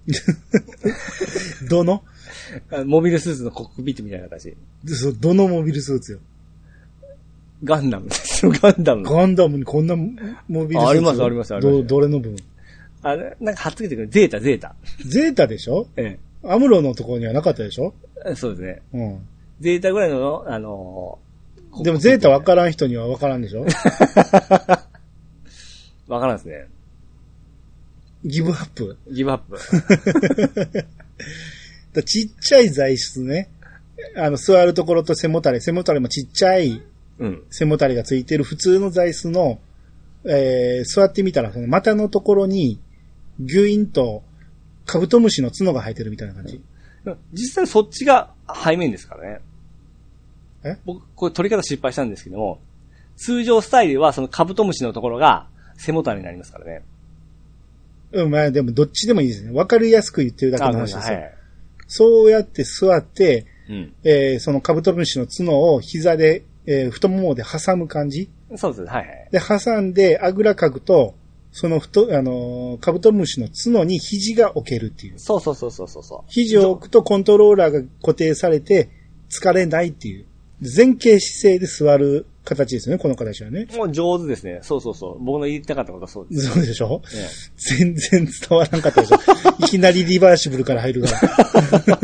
S1: どの
S2: あモビルスーツのコックピットみたいな形。
S1: そうどのモビルスーツよ。
S2: ガンダム *laughs* ですよ、ガンダム。
S1: ガンダムにこんなモビルスーツ
S2: あありますありますあります
S1: ど、どれの部分
S2: あれ、なんかはっつけてくる。ゼータ、ゼータ。
S1: ゼータでしょ
S2: え
S1: アムロのところにはなかったでしょ
S2: え。そうですね。
S1: うん。
S2: ゼータぐらいの、あのー
S1: でもゼータわからん人にはわからんでしょ
S2: わからんですね。
S1: ギブアップ。
S2: ギブア
S1: *laughs*
S2: ップ。
S1: だちっちゃい材質ね。あの、座るところと背もたれ。背もたれもちっちゃい
S2: うん。
S1: 背もたれがついてる普通の座椅子の、えー、座ってみたら、その股のところに、ギュインと、カブトムシの角が生えてるみたいな感じ。
S2: 実際そっちが背面ですからね。
S1: え
S2: 僕、これ取り方失敗したんですけども、通常スタイルはそのカブトムシのところが背もたれになりますからね。
S1: うん、まあでもどっちでもいいですね。わかりやすく言ってるだけの
S2: ごめんな
S1: 話です
S2: さ
S1: よ。
S2: いはい。
S1: そうやって座って、
S2: うん。
S1: えー、そのカブトムシの角を膝で、えー、太ももで挟む感じ。
S2: そうです。はいはい。
S1: で、挟んで、あぐらかくと、その太、あのーカブトムシの角に肘が置けるっていう。
S2: そうそうそうそうそうそ
S1: 肘を置くとコントローラーが固定されて、疲れないっていう。前傾姿勢で座る形ですよね、この形はね。
S2: う。もう上手ですね。そうそうそう。僕の言いたかったことはそうです。
S1: そうでしょ
S2: ね
S1: 全然伝わらんかったでしょいきなりリバーシブルから入るから。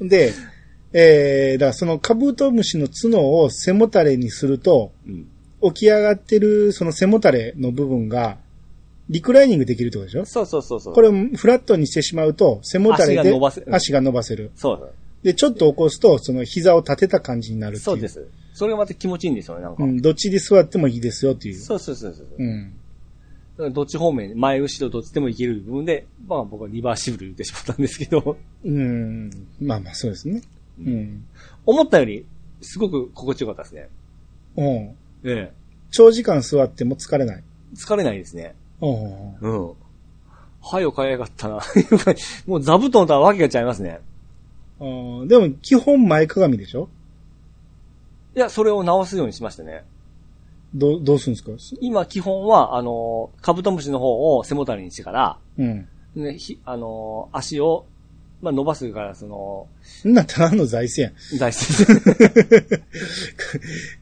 S1: *laughs* で、えー、だからそのカブトムシの角を背もたれにすると、
S2: うん。
S1: 起き上がってるその背もたれの部分が、リクライニングできるってことでしょ
S2: そうそうそうそう。
S1: これをフラットにしてしまうと、背もたれ
S2: 足が
S1: で
S2: 伸ばせる
S1: 足が伸ばせる。
S2: そう
S1: で、ちょっと起こすと、その膝を立てた感じになる
S2: で
S1: っていう。
S2: す。そうで。す。それがまた気持ちいいんですよね、なんか
S1: う。ん、どっちで座ってもいいですよっていう。
S2: そうそうそうそう。
S1: うん。
S2: どっち方面、前後ろどっちでもいける部分で、まあ僕はリバーシブル言ってしまったんですけど、
S1: うん。まあまあ、そうですね。う。
S2: うん思ったより、すごく心地よかったですね。
S1: うん。
S2: ええ。
S1: 長時間座っても疲れない。
S2: 疲れないですね。
S1: うん。
S2: うん。はよ、かやがったな。 *laughs* もう座布団とはわけが違いますね。
S1: うんでも、基本前かがみでしょ
S2: いや、それを直すようにしましたね。
S1: どう、どうするんですかす
S2: 今、基本は、あの、カブトムシの方を背もたれにしてから、
S1: うん。
S2: ね、ひあの、足を、まあ、伸ばすから、その、
S1: そんなんただの財政
S2: 大事
S1: や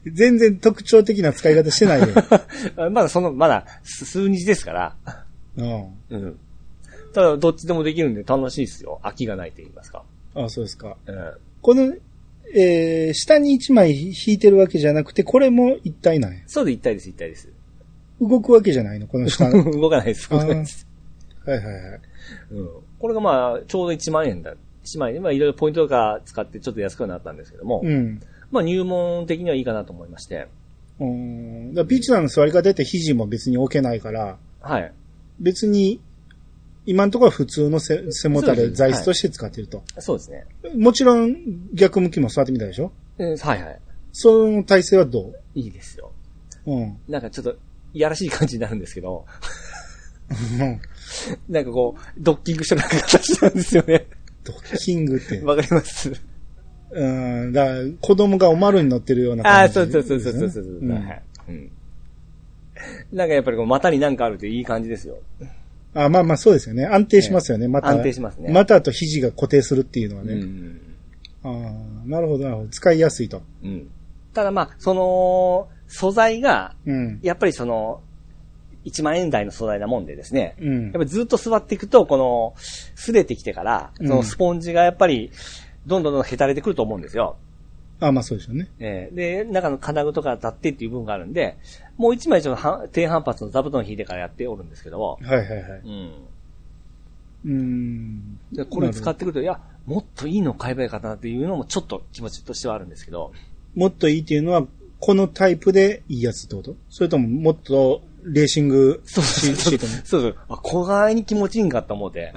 S1: ん。全然特徴的な使い方して
S2: *laughs*
S1: ないよ。
S2: *laughs* まだその、まだ、す数日ですから。
S1: うん。
S2: うん。ただ、どっちでもできるんで楽しいですよ。飽きがないと言いますか。
S1: あそうですか。
S2: うん。
S1: この、えー、下に一枚引いてるわけじゃなくて、これも一体なんや。
S2: そうで一体です、一体です。
S1: 動くわけじゃないのこの下。はい
S2: *laughs* 動かないです、動かないです。
S1: はいはい。
S2: うん。これがまあ、ちょうど1万円だ。1万円で、まあ、いろいろポイントとか使ってちょっと安くはなったんですけども、
S1: うん。
S2: まあ、入門的にはいいかなと思いまして、
S1: うーん。だからピーチさんの座り方って肘も別に置けないから、
S2: はい。
S1: 別に、今のところは普通の背背もた
S2: そう
S1: れ、
S2: です
S1: 座椅子として使ってると。
S2: そうですね。
S1: もちろん、逆向きも座ってみたでしょ
S2: うん、はいは
S1: その体勢はどう
S2: い。いいですよ。
S1: うん。
S2: なんかちょっと、いやらしい感じになるんですけど、
S1: うん
S2: なんかこう、ドッキングしたような形なんですよね。
S1: ドッキングって。う
S2: わかります
S1: ーん。だから、子供がおまるに乗ってるような
S2: あ
S1: 感
S2: あ、
S1: じ、
S2: そうそうそうそうそうそう、
S1: ん
S2: はいうん。なんかやっぱりこう股になんかあるといい感じですよ。
S1: あまあまあそうですよね。安定しますよね。また。
S2: 安定しますね。
S1: またと肘が固定するっていうのは
S2: う
S1: ね。
S2: ん。
S1: ああ、なるほどなるほど。使いやすいと。
S2: うん。ただまあ、その、素材が、
S1: うん。
S2: やっぱりその、1万円台の素材なもんでですね。
S1: うん。
S2: やっぱりずっと座っていくと、この、擦れてきてから、
S1: うん
S2: そのスポンジがやっぱり、どんどんどんどんへたれてくると思うんですよ。
S1: ああ、まあそうでしょうね。
S2: えーで、中の金具とか立ってっていう部分があるんで、もう一枚ちょっとは低反発の座布団引いてからやっておるんですけども、
S1: はいはいはい。
S2: うん。
S1: うーん。
S2: でこれ使ってくると、いや、もっといいの買えばよかったなっていうのもちょっと気持ちとしてはあるんですけど、
S1: もっといいっていうのは、このタイプでいいやつってことそれとももっとレーシングシ
S2: そうそう
S1: シ
S2: そ
S1: ー
S2: う。
S1: ト
S2: そうそう。あ、小替えに気持ちいいんかと思うて。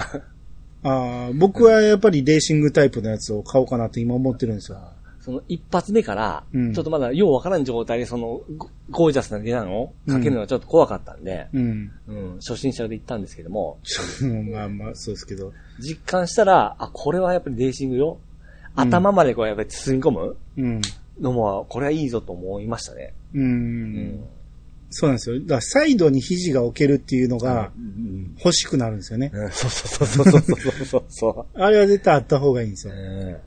S1: ああ、僕はやっぱりレーシングタイプのやつを買おうかなって今思ってるんですよ。
S2: その一発目から、
S1: うん
S2: ちょっとまだようわからん状態で、そのゴ、ゴージャスな値段をかけるのはちょっと怖かったんで、
S1: うん。
S2: うん、初心者で行ったんですけども、
S1: ちょまあまあ、そうですけど。
S2: 実感したら、あ、これはやっぱりレーシングよ。頭までこうやっぱり包み込む
S1: うん。
S2: のも、これはいいぞと思いましたね。
S1: う。。
S2: うん
S1: そうなんですよ。だからサイドに肘が置けるっていうのが
S2: うん。
S1: 欲しくなるんですよね。
S2: うんそうそうそうそうそうそう *laughs* そ
S1: あれは絶対あった方がいいんです
S2: う。
S1: よ。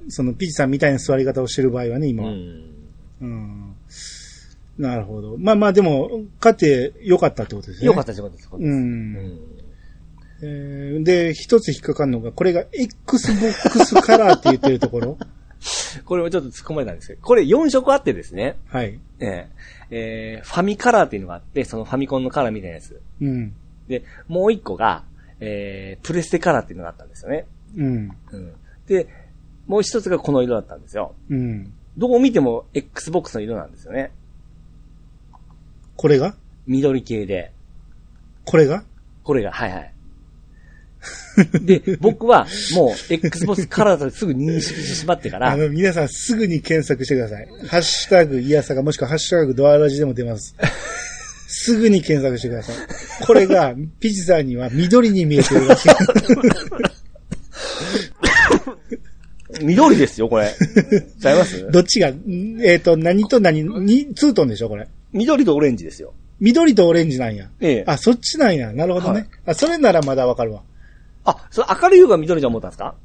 S2: う
S1: そのピチさんみたいな座り方をしてる場合はね、今は。
S2: ん。
S1: うん。なるほど。まあまあでも、勝って良かったってことですね。
S2: よかったですよかったです。
S1: う。
S2: うんん。
S1: えーで、一つ引っかかるのが、これが Xbox カラーって言ってるところ。
S2: これもちょっと突っ込まれたんですけど、これ4色あってですね、
S1: はい。
S2: えええーファミカラーっていうのがあって、そのファミコンのカラーみたいなやつ。
S1: うん。
S2: で、もう一個が、えー、プレステカラーっていうのがあったんですよね。
S1: うん。
S2: うん。で、もう一つがこの色だったんですよ。
S1: うん。
S2: どう見ても Xbox の色なんですよね。
S1: これが
S2: 緑系で。
S1: これが
S2: これが、はいはい。で、僕はもう Xbox カラーだとすぐ認識してしまってか
S1: あ
S2: ら、
S1: の、皆さんすぐに検索してください。ハッシュタグ、イヤサガ、もしくはハッシュタグ、ドアラジでも出ます。すぐに検索してください。これが、ピチさんには緑に見えてるらしい。
S2: *laughs* 緑ですよ、これ。ちゃいます
S1: どっちが、んえっ、と、何と何、に、ツートンでしょ、これ。
S2: 緑とオレンジですよ。
S1: 緑とオレンジなんや。
S2: ええ。
S1: あ、そっちなんや。なるほどね。
S2: はい
S1: あ、それならまだわかるわ。
S2: あ、それ明るい方が緑じゃ思ったんですか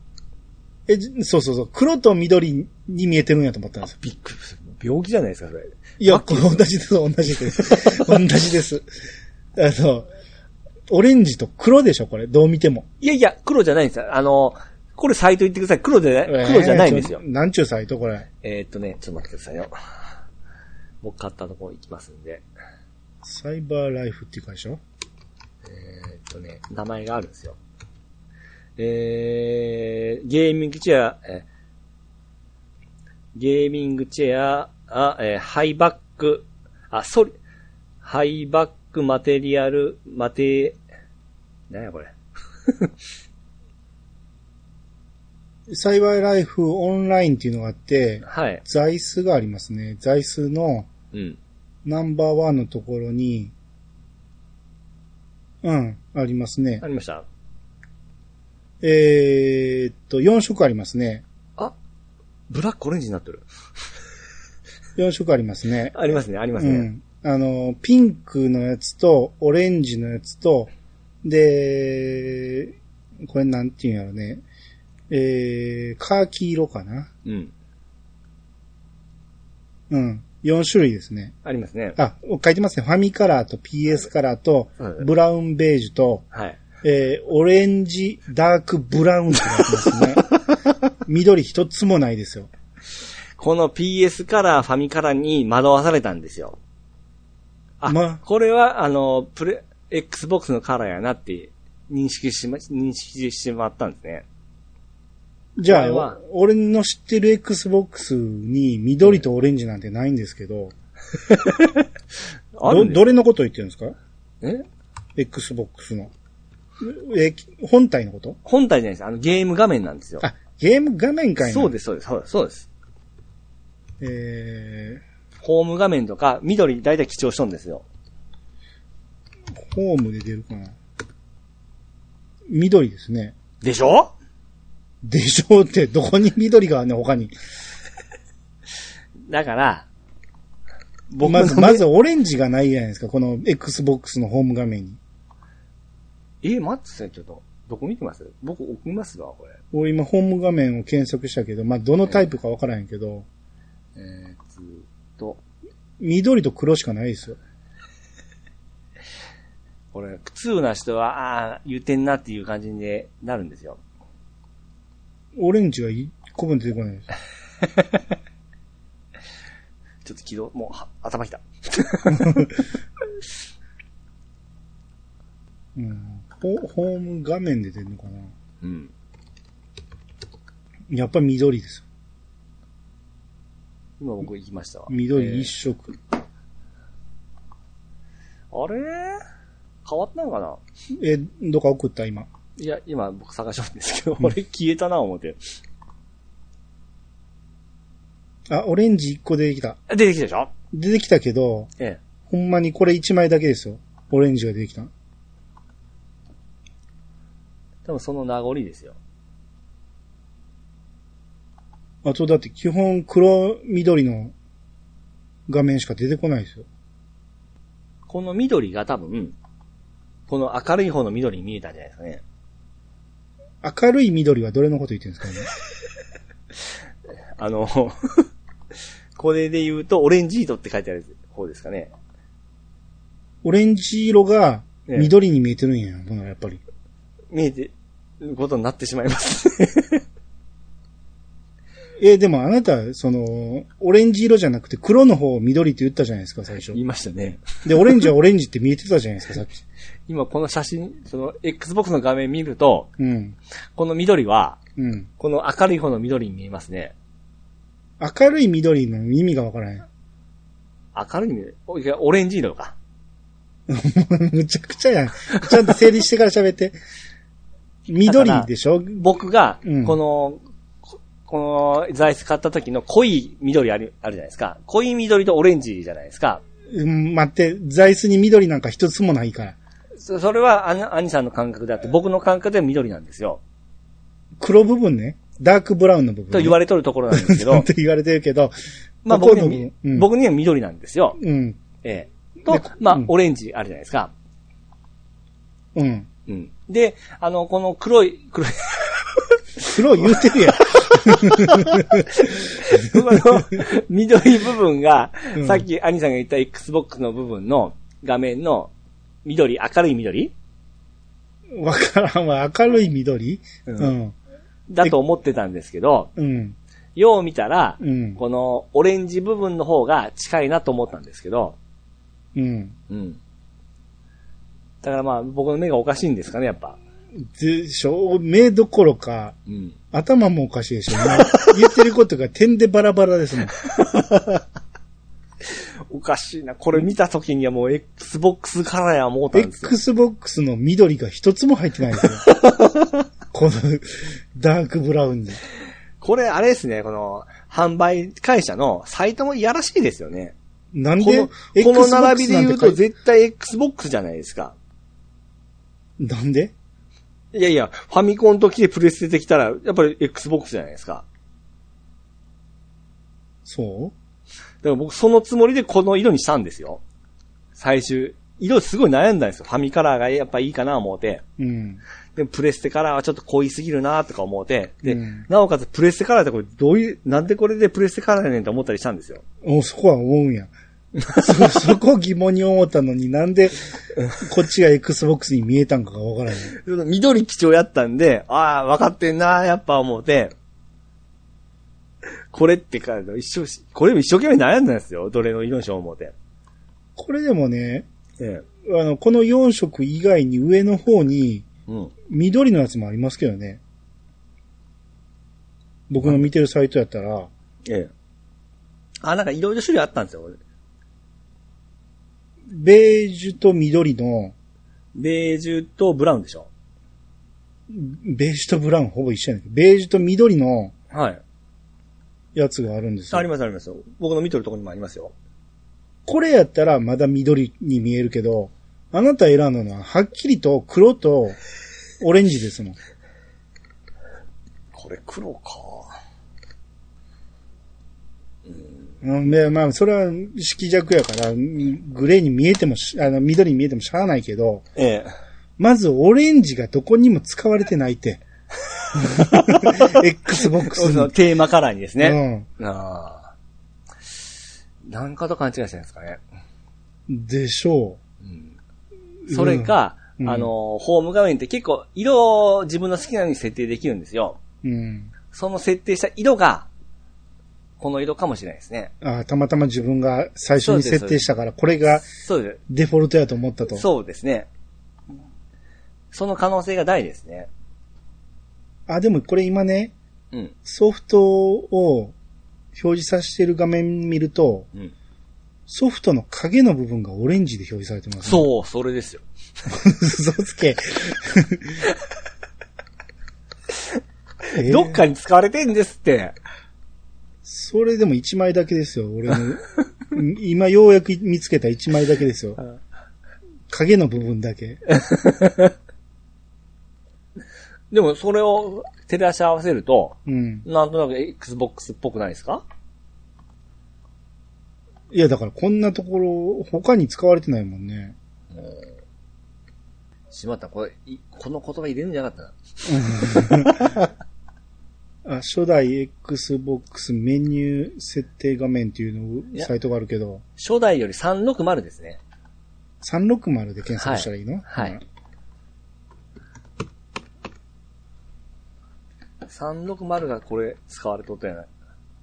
S1: え、じそうそうそう。黒と緑に見えてるんやと思ったんですよ。
S2: びっくりする。病気じゃないですか、それ。
S1: いや、これ同じです、同じ
S2: *laughs*
S1: です。同じです。あの、オレンジと黒でしょ、これ。どう見ても。
S2: いやいや、黒じゃないんですよ。あの、これサイト言ってください。黒でね、黒じゃないんですよ
S1: えー。ちょなんちゅうサイト、これ。
S2: えーっとね、ちょっと待ってくださいよ。僕買ったとこ行きますんで。
S1: サイバーライフっていう会社
S2: えーっとね、名前があるんですよ。えー、ゲーミングチェア、えーゲーミングチェア、あ、えーハイバック、あ、ソリ、ハイバックマテリアル、マテ、なんやこれ。
S1: サイバーライフオンラインっていうのがあって、
S2: はい。
S1: 座椅子がありますね。座椅子の
S2: うん。
S1: ナンバーワンのところに、うん、ありますね
S2: あ。りました
S1: えーっと、4色ありますね。
S2: あ、ブラックオレンジになってる。
S1: 4色ありますね。
S2: ありますね、あります
S1: う
S2: ね。
S1: ん。あの、ピンクのやつと、オレンジのやつと、で、これなんていうんやろね。えー、カーキ色かな
S2: うん。
S1: うん。4種類ですね。
S2: ありますね。
S1: あ、書いてますね。ファミカラーと PS カラーと
S2: はい、
S1: ブラウンベージュと、
S2: はい。
S1: えー、オレンジ、ダークブラウンってな
S2: *laughs*
S1: ってますね。緑一つもないですよ。
S2: この PS カラー、ファミカラーに惑わされたんですよ。あ、
S1: ま
S2: これは、あの、プレ、Xbox のカラーやなって認識しま、認識してしまったんですね。
S1: じゃ
S2: これ
S1: あ
S2: は、
S1: 俺の知ってる Xbox に緑とオレンジなんてないんですけど、
S2: あ
S1: ど、
S2: るんです
S1: どれのこと言ってるんですか
S2: え
S1: ?Xbox の。え、本体のこと
S2: 本体じゃないです。あの、ゲーム画面なんですよ。
S1: あ、ゲーム画面かいな。
S2: そうです、そうです、そうです、そうです。
S1: え
S2: ホーム画面とか、緑大体記帳しとんですよ。
S1: ー、ホームで出るかな。緑ですね。
S2: でしょ
S1: でしょうって、どこに緑があるねん、他に。
S2: だから、
S1: まず、
S2: の
S1: まずオレンジがないじゃないですか、この Xbox のホーム画面に。
S2: え、待ってください、ちょっと。どこ見てます僕、送りますわ、これ。
S1: 俺今ホーム画面を検索したけど、まあ、どのタイプかわからへんけど、
S2: えー、っと、
S1: 緑と黒しかないですよ。
S2: これ、苦痛な人は、ああ、言うてんなっていう感じになるんですよ。
S1: オレンジが一個分出てこないです。
S2: ちょっと起動、もうは、頭きた。
S1: うん。ホホーム画面で出るのかな
S2: うん。
S1: やっぱ緑ですよ。
S2: 今僕行きましたわ。
S1: 緑一
S2: 緒。
S1: 色。
S2: あれ変わったのかな
S1: え、どっか送った今。
S2: いや、今僕探しとるんですけど、俺消えたな、思って。
S1: あ、オレンジ一個出てきた。
S2: 出てきたでしょ
S1: 出てきたけど、
S2: ええ。
S1: ほんまにこれ一枚だけですよ。オレンジが出てきた。
S2: 多分その名残ですよ。
S1: あとだって基本黒緑の画面しか出てこないですよ。
S2: この緑が多分、この明るい方の緑に見えたんじゃないですかね。
S1: 明るい緑はどれのこと言ってるんですかね。
S2: あの、 *laughs* これで言うと、オレンジ色って書いてある方ですかね。
S1: オレンジ色が
S2: ええ
S1: 緑に見えてるんや、ほなやっぱり。
S2: 見えてることになってしまいます。
S1: え、でもあなた、その、オレンジ色じゃなくて黒の方を緑って言ったじゃないですか、最初
S2: 言。いましたね。
S1: で、オレンジはオレンジって見えてたじゃないですか、さっき。
S2: 今この写真、その Xbox の画面見ると、
S1: うん。
S2: この緑は、
S1: うん。
S2: この明るい方の緑に見えますね。
S1: 明るい緑の意味がわからない。 *laughs*
S2: 明るい緑おいやオレンジ色か。
S1: むちゃくちゃやん。ちゃんと整理してから喋って。緑でしょ
S2: 僕が
S1: うん、
S2: この、ここの座椅子買った時の濃い緑ある、あるじゃないですか。濃い緑とオレンジじゃないですか。
S1: うん待って、座椅子に緑なんか一つもないから。
S2: そそれは、あの、兄さんの感覚であって、僕の感覚では緑なんですよ。
S1: 黒部分ね。ダークブラウンの部分、ね。
S2: と言われとるところなんですけ
S1: な
S2: ど
S1: ん、て言われてるけど。
S2: まあ
S1: ここ
S2: 僕
S1: の
S2: に、
S1: うん
S2: 僕には緑なんですよ。
S1: うん。
S2: ええ。
S1: で
S2: と、まあ
S1: うん、
S2: オレンジあるじゃないですか。
S1: うん。
S2: うん。で、あの、この黒い、黒い、
S1: 黒言うてるやん。 *laughs*
S2: *laughs* この緑部分が
S1: うん、
S2: さっき兄さんが言った Xbox の部分の画面の緑、明るい緑
S1: わからんわ。明るい緑
S2: う
S1: うんん。
S2: だと思ってたんですけど、
S1: うん。
S2: よう見たら、
S1: うん。
S2: このオレンジ部分の方が近いなと思ったんですけど、
S1: うん。
S2: うん。だからまあ、僕の目がおかしいんですかね、やっぱ。
S1: でしょ目どころか、
S2: うん。
S1: 頭もおかしいでしょ。 *laughs* 言ってることが点でバラバラですもん。
S2: おかしいな。これ見た時にはもう Xbox からや思うたんですよ。
S1: Xbox の緑が一つも入ってないんですよ。
S2: *laughs*
S1: このダークブラウンで。
S2: これあれですね、この販売会社のサイトもいやらしいですよね。
S1: なん
S2: こ
S1: で
S2: の、この
S1: Xbox なん
S2: 並
S1: て
S2: びで言う
S1: 書
S2: と
S1: いて
S2: 絶対 Xbox じゃないですか。
S1: なんで
S2: いやいや、ファミコンの時でプレステできたら、やっぱり Xbox じゃないですか。
S1: そ
S2: だから僕そのつもりでこの色にしたんですよ。最終。色すごい悩んだんですよ。ファミカラーがやっぱいいかな思うて。
S1: ううん。
S2: でもプレステカラーはちょっと濃いすぎるなとか思うて。で、
S1: うん
S2: なおかつプレステカラーってこれどういう、なんでこれでプレステカラーやねんと思ったりしたんですよ。
S1: お、そこは思うんや。そ、 *laughs* そこ疑問に思ったのになんで、こっちが Xbox に見えたんかがわからない。
S2: その緑基調やったんで、ああ、分かってんな、やっぱ思うて、これってか、一生し、これも一生懸命悩んだんですよ。どれの色にしよう思うて。
S1: これでもね、
S2: ええ。
S1: あの、この4色以外に上の方に
S2: うん。
S1: 緑のやつもありますけどね。僕の見てるサイトやったら、
S2: ええ。あ、なんかいろいろ種類あったんですよ。
S1: ベージュと緑の、
S2: ベージュとブラウンでしょ。
S1: ベージュとブラウンほぼ一緒やねんけどベージュと緑の
S2: はい。
S1: やつがあるんです
S2: あり
S1: よ。
S2: ますありますよ。僕の見てるところにもありますよ。
S1: これやったらまだ緑に見えるけど、あなた選んだのははっきりと黒とオレンジですもん。
S2: これ黒か。
S1: うん、で、まあ、それは色弱やから、うんグレーに見えてもし、あの、緑に見えてもしゃあないけど、
S2: ええ。
S1: まずオレンジがどこにも使われてない
S2: *laughs*
S1: って。Xbox
S2: その
S1: に。
S2: テーマカラーにですね。
S1: ね、
S2: ああ。なんかと勘違いしてるんですかね。
S1: うん。でしょう。
S2: それか、
S1: うん
S2: あの、ホーム画面って結構色を自分の好きなように設定できるんですよ。
S1: うん。うん。
S2: その設定した色が、この色かもしれないですね。
S1: あーたまたま自分が最初に設定したから、これが
S2: そうで
S1: デフォルトやと思ったと。
S2: す。そうですね。その可能性が大ですね。
S1: あ、でもこれ今ね、
S2: うん。
S1: ソフトを表示させてる画面見ると、
S2: うん。
S1: ソフトの影の部分がオレンジで表示されてます、ね。
S2: そう、それですよ。
S1: *laughs* 嘘つ
S2: *laughs*
S1: け。えー
S2: どっかに使われてんですって。
S1: それでも1枚だけですよ、俺
S2: *laughs*
S1: の。今ようやく見つけた1枚だけですよ。影の部分だけ。
S2: でもそれを照らし合わせると、
S1: うん。
S2: なんとなく Xbox っぽくないですか
S1: いや、だからこんなところ、他に使われてないもんね。
S2: しまった、これ、いこの言葉入れるんじゃなかったな。
S1: あ初代 Xbox メニュー設定画面っていう
S2: い
S1: の
S2: や
S1: サイトがあるけど、
S2: 初代より360ですね。
S1: 360で検索したらいいの
S2: はい。360がこれ使われとったやない。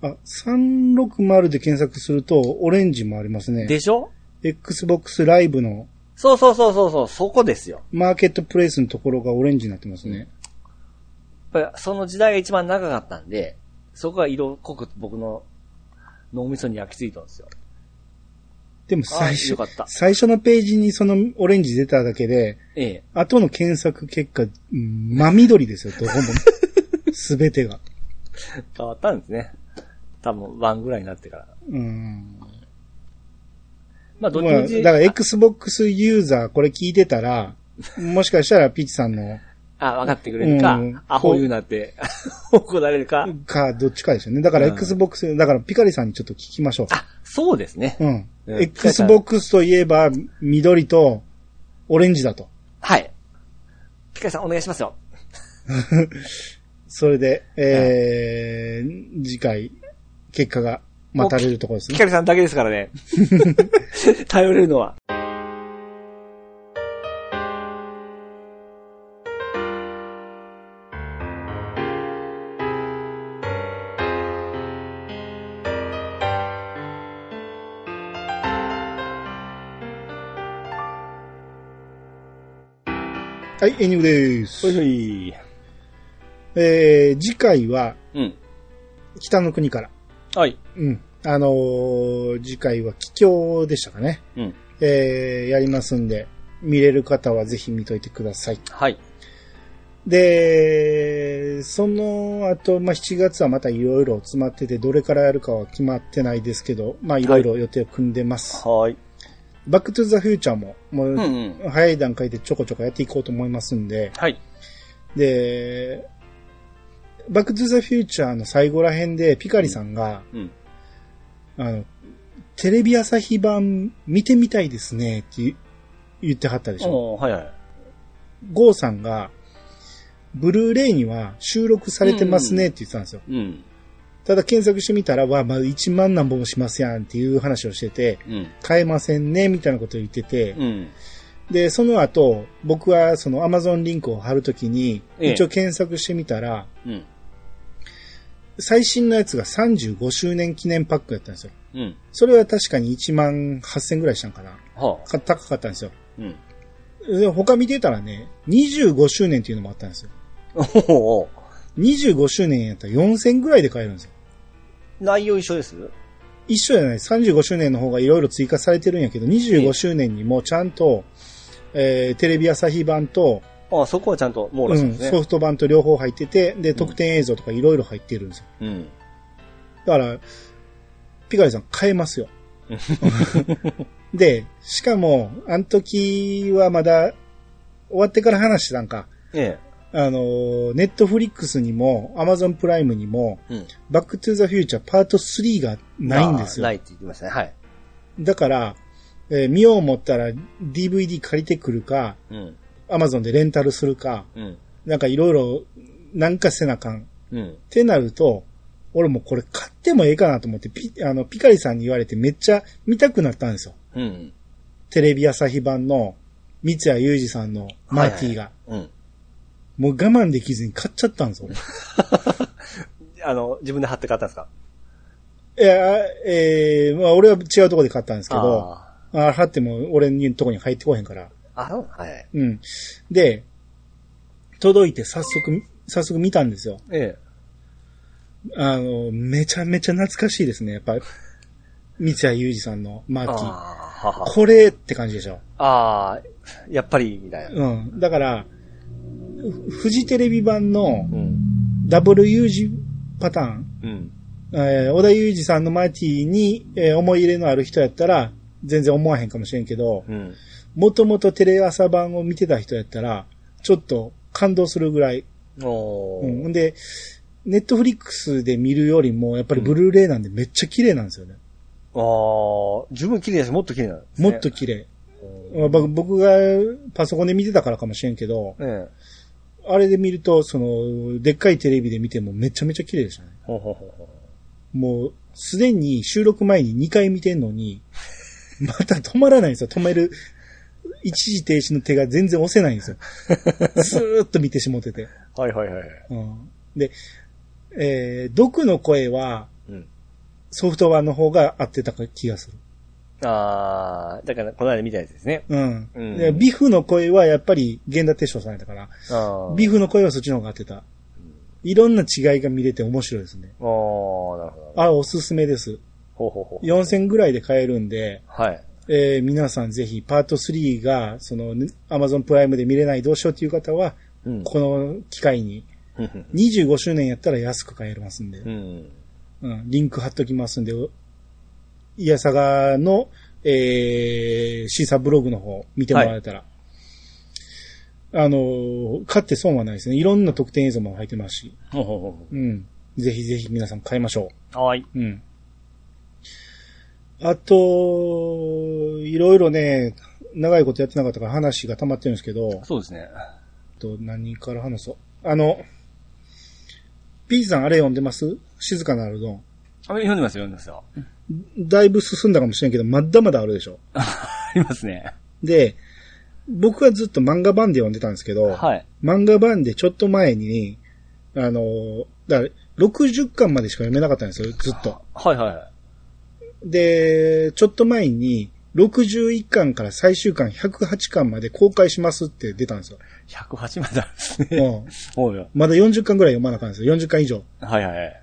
S1: あ、360で検索すると、オレンジもありますね。
S2: でしょ
S1: Xbox ライブの
S2: そうそうそうそうそう、そこですよ。
S1: マーケットプレイスのところがオレンジになってますね。
S2: やっぱりその時代が一番長かったんで、そこが色濃く僕の脳みそに焼き付いたんですよ。
S1: でも
S2: あ
S1: 最
S2: ー
S1: 初
S2: よか、った。
S1: 最初のページにそのオレンジ出ただけで、
S2: ええ。
S1: 後の検索結果、うん真緑です
S2: *laughs*
S1: よ、どこも。すべてが。
S2: 変わったんですね。多分、1ぐらいになってから。
S1: うん。
S2: まあ、どっち
S1: まあ、
S2: みち、
S1: だから Xbox ユーザーこれ聞いてたら、もしかしたらピッチさんの
S2: あ、分かってくれるか、
S1: うん
S2: アホ言うなって、 *laughs* 怒られるか。
S1: か、どっちかでしょうね。だから
S2: うん
S1: Xbox、だからピカリさんにちょっと聞きましょう。
S2: あ、そうですね。
S1: うん。
S2: うん
S1: Xbox といえば緑とオレンジだと。
S2: はい。ピカリさん、お願いしますよ。
S1: それで、えー、次回、結果が待たれるところです
S2: ピ
S1: ね。
S2: カリさんだけですからね。 *laughs* 頼れるのは。
S1: はい、エンディングです。
S2: ほいほい。
S1: えー、次回は、
S2: うん。
S1: 北の国から。
S2: はい。
S1: うん。あのー次回は帰郷でしたかね。
S2: うん。
S1: えー、やりますんで、見れる方はぜひ見といてください。
S2: はい。
S1: で、その後、まあ、7月はまたいろいろ詰まってて、どれからやるかは決まってないですけど、まあ、いろいろ予定を組んでます。
S2: はい。
S1: バックトゥザフューチャーも、もう
S2: うんうん。
S1: 早い段階でちょこちょこやっていこうと思いますんで、
S2: はい。
S1: で、バックトゥザフューチャーの最後ら辺でピカリさんが、
S2: うん。
S1: あの、テレビ朝日版見てみたいですねって言ってはったでしょ。
S2: おーはいはい。
S1: ゴーさんが、ブルーレイには収録されてますねって言ってたんですよ。
S2: うん。
S1: ただ検索してみたら、わ、まあ1万何本もしますやんっていう話をしてて、
S2: うん。
S1: 買えませんねみたいなことを言ってて、
S2: うん。
S1: で、その後、僕はその Amazon リンクを貼るときに、
S2: ええ
S1: 一応検索してみたら、
S2: うん。
S1: 最新のやつが35周年記念パックやったんですよ。
S2: うん。
S1: それは確かに1万8000ぐらいしたんかな。
S2: はあ。
S1: か高かったんですよ。
S2: うん。
S1: で他見てたらね、25周年っていうのもあったんですよ。
S2: おお
S1: 25周年やったら4000ぐらいで買えるんですよ。
S2: 内容一緒です
S1: 一緒じゃない。35周年の方がいろいろ追加されてるんやけど、25周年にもちゃんと、えー、テレビ朝日版と、
S2: ああ、そこはちゃんと網羅
S1: う
S2: して
S1: ん、
S2: ますね。
S1: ソフト版と両方入ってて、で、特典映像とかいろいろ入ってるんですよ。
S2: うん。
S1: だから、ピカリさん買え
S2: *laughs*
S1: ますよ。で、しかも、あの時はまだ、終わってから話してたんか。
S2: え
S1: あの、ネットフリックスにも、アマゾンプライムにも、
S2: え。うん。
S1: バックトゥザフューチャーパート3がないんですよ
S2: ああな。いって言ってましたね。はい。
S1: だから、えー見よう思ったら DVD 借りてくるか、
S2: うん。
S1: アマゾンでレンタルするか、
S2: うん。
S1: なんかいろいろ、なんかせなあかん。
S2: うん
S1: っ。てなると、俺もこれ買ってもええかなと思って、ピ、あの、ピカリさんに言われてめっちゃ見たくなったんですよ。
S2: うん。
S1: テレビ朝日版の三谷裕二さんのマーティーが。
S2: うん。
S1: もう我慢できずに買っちゃったんですよ、
S2: あの、自分で貼って買ったんですか
S1: 俺。いや、えーまあ俺は違うとこで買ったんですけど、
S2: あ
S1: ああ貼っても俺のとこに入ってこへんから。
S2: あ。あ、そうなんはい。
S1: うん。で、届いて早速、早速見たんですよ。
S2: ええ。
S1: あの、めちゃめちゃ懐かしいですね、やっぱ。三谷裕二さんのマーテ
S2: ああ
S1: ィー。
S2: はは。
S1: これって感じでしょ。
S2: ああ、やっぱり、みたいな。
S1: うん。だから、ふフジテレビ版の
S2: うん。
S1: ダブル U 字パターン、
S2: うん。
S1: えー、小田裕二さんのマーティーに、えー思い入れのある人やったら、全然思わへんかもしれんけど、
S2: うん。
S1: もともとテレ朝版を見てた人やったら、ちょっと感動するぐらい、
S2: おー。
S1: うん。んで、ネットフリックスで見るよりも、やっぱりブルーレイなんでめっちゃ綺麗なんですよね。
S2: ああ、十分綺麗だし、もっと綺麗なんですね
S1: もっと綺麗。
S2: うん
S1: まあ僕僕がパソコンで見てたからかもしれんけど、
S2: ええ。
S1: あれで見ると、その、でっかいテレビで見てもめちゃめちゃ綺麗でしたね。
S2: ほうほうほうほ
S1: もう、すでに収録前に2回見てんのに、 *laughs* また止まらないんですよ。止める、一時停止の手が全然押せないんですよ。ずーっと見てしもてて。
S2: うはいはいはい。
S1: うん、で、えー、毒の声は
S2: うん。
S1: ソフト版の方が合ってた気がする。
S2: ああ、だから、この間見たやつですね。
S1: うん。
S2: うん
S1: でビフの声はやっぱり源田哲章さんやったから、
S2: ああ。
S1: ビフの声はそっちの方が合ってた。いろんな違いが見れて面白いですね。
S2: ああ、なるほど。
S1: あ、おすすめです。
S2: ほうほうほう。
S1: 4000ぐらいで買えるんで、
S2: はい。
S1: えー皆さんぜひパート3が、その、Amazon プライムで見れないどうしようっていう方は、
S2: うん。
S1: この機会に、
S2: うん
S1: 25周年やったら安く買えますんで
S2: う、ん。
S1: うん、リンク貼っときますんで、おいやさがの、えー、シーサーブログの方見てもらえたら、あのー、買って損はないですね。いろんな特典映像も入ってますし、
S2: ほうほうほ
S1: うん。ぜひぜひ皆さん買いましょう。
S2: う。はい。
S1: うん。あと、いろいろね、長いことやってなかったから話が溜まってるんですけど、
S2: そうですね。
S1: と何から話そう。あの、P さんあれ読んでます静かなるどん。
S2: あ、読んでますよ、読んでますよ。
S1: だいぶ進んだかもしれんけど、まだまだあるでしょ。
S2: ありますね。
S1: で、僕はずっと漫画版で読んでたんですけど、
S2: はい。
S1: 漫画版でちょっと前に、あの、だから60巻までしか読めなかったんですよ、ずっと。
S2: はいはいはい。
S1: で、ちょっと前に、61巻から最終巻108巻まで公開しますって出たんですよ。
S2: 108まであるんですね。
S1: うん、
S2: *laughs* ほうよ。
S1: まだ40巻ぐらい読まなあかんですよ。40巻以上。
S2: はいはいはい。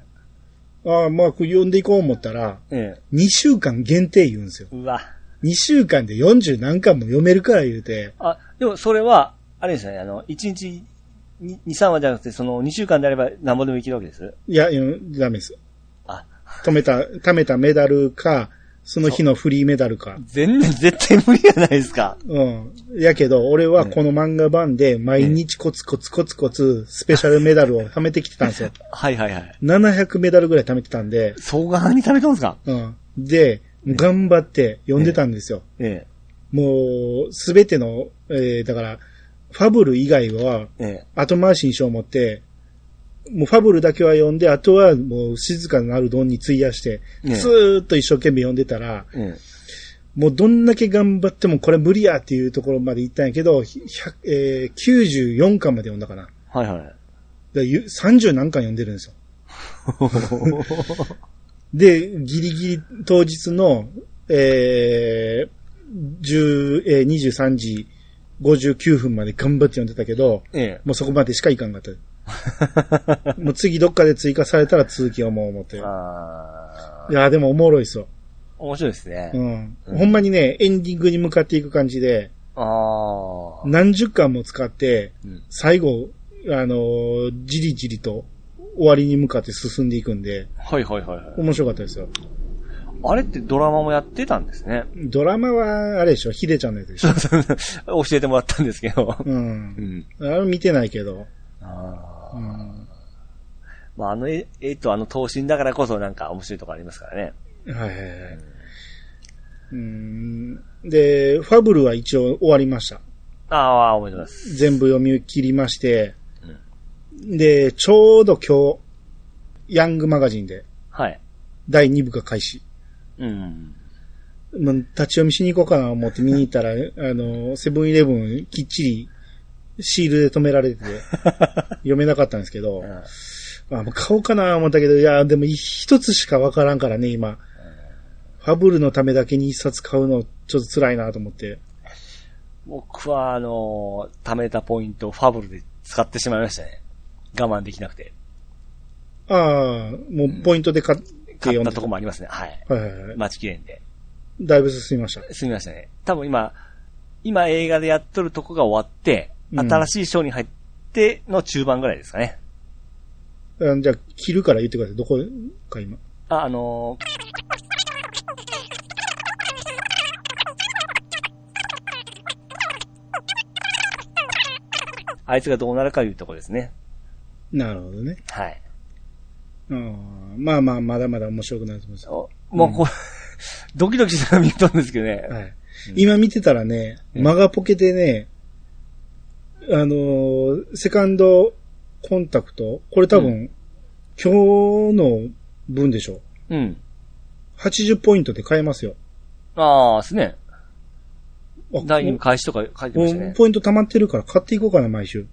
S1: ああ、まあ、これ読んでいこう思ったら、
S2: え
S1: 2週間限定言うんですよ。
S2: え。うわ。
S1: 2週間で40何巻も読めるから言うて、
S2: あ、でもそれは、あれですよね、あの、1日に2、3話じゃなくて、その2週間であれば何本でもいけるわけです。
S1: いや、うんダメです。
S2: あ、
S1: 止めた、貯めたメダルか、その日のフリーメダルか。
S2: 全然、絶対無理じゃないですか。
S1: うん。やけど、俺はこの漫画版で毎日コツコツコツコツスペシャルメダルを *laughs* 貯めてきてたん
S2: *laughs*
S1: ですよ。
S2: はいはいはい。
S1: 700メダルぐらい貯めてたんで、
S2: 総合に食べとんすか
S1: うん。で、頑張って読んでたんですよ。
S2: え
S1: もう、すべての、えー、だから、ファブル以外は、
S2: え。え
S1: 後回しにしよう思って、もうファブルだけは読んで、あとはもう静かなるどんに費やして、
S2: ね
S1: ずーっと一生懸命読んでたら、
S2: え。え
S1: もうどんだけ頑張ってもこれ無理やっていうところまで行ったんやけど、100えー、94巻まで読んだかな。だか
S2: え。はい *laughs* はい。
S1: らゆ30何巻読んでるんですよ。で、ギリギリ当日の、えー、10えー23時59分まで頑張って読んでたけど、
S2: ええ。
S1: もうそこまでしかいかんかった。もう次どっかで追加されたら続きをもう思って。い
S2: あー
S1: やーでもおもろいっすよ。
S2: 面白いですね。
S1: うん。ほんまにね、エンディングに向かっていく感じで、
S2: ああ。
S1: 何十巻も使って、
S2: うん
S1: 最後、あのーじりじりと終わりに向かって進んでいくんで、
S2: はいはいはいはい。
S1: 面白かったですよ。
S2: あれってドラマもやってたんですね。 *laughs*
S1: ドラマは、あれでしょ、ヒデちゃんのやつでしょ。
S2: 教えてもらったんですけど。
S1: うん
S2: う。ん。
S1: あれ見てないけど。
S2: あ
S1: う
S2: あ。
S1: ん。
S2: まあ、あの絵、えとあの闘身だからこそなんか面白いとこありますからね。
S1: はいはいはい。うん。で、ファブルは一応終わりました。
S2: ああ、思い出ます。
S1: 全部読み切りまして。で、ちょうど今日、ヤングマガジンで
S2: はい。
S1: 第2部が開始。
S2: うん。
S1: もう立ち読みしに行こうかな思って見に行ったら、あの、セブンイレブンきっちりシールで止められてて、読めなかったんですけど、あもう買おうかな思ったけど、いや、でも一つしかわからんからね、今。ファブルのためだけに一冊買うの、ちょっと辛いなと思って。
S2: 僕は、あのー貯めたポイントをファブルで使ってしまいましたね。我慢できなくて。
S1: ああ、もうポイントで買って
S2: 買
S1: 読
S2: っ
S1: ん
S2: た
S1: で
S2: とこもありますね。はい。
S1: はいはいはい。
S2: 待ちきれんで。
S1: だいぶ進みました。
S2: すみましたね。多分今、今映画でやっとるとこが終わって、
S1: うん
S2: 新しい章に入っての中盤ぐらいですかね。
S1: あじゃあ、切るから言ってください。どこか今。
S2: あ、あのーあいつがどうなるかいうとこですね。
S1: なるほどね。
S2: はい。
S1: うんまあまあ、まだまだ面白くなると思います。
S2: おもう *laughs* こう、ドキドキしながら見たんですけどね。
S1: はい
S2: うん
S1: 今見てたらね、
S2: うん
S1: マガポケでね、あのーセカンドコンタクト、これ多分、
S2: う
S1: 今日の分でしょ。
S2: うん。
S1: 80ポイントで買えますよ。
S2: ああ、ですね。
S1: あ
S2: 第2開始とか書いてました
S1: もう
S2: ね。
S1: ポイント溜まってるから買っていこうかな、毎週。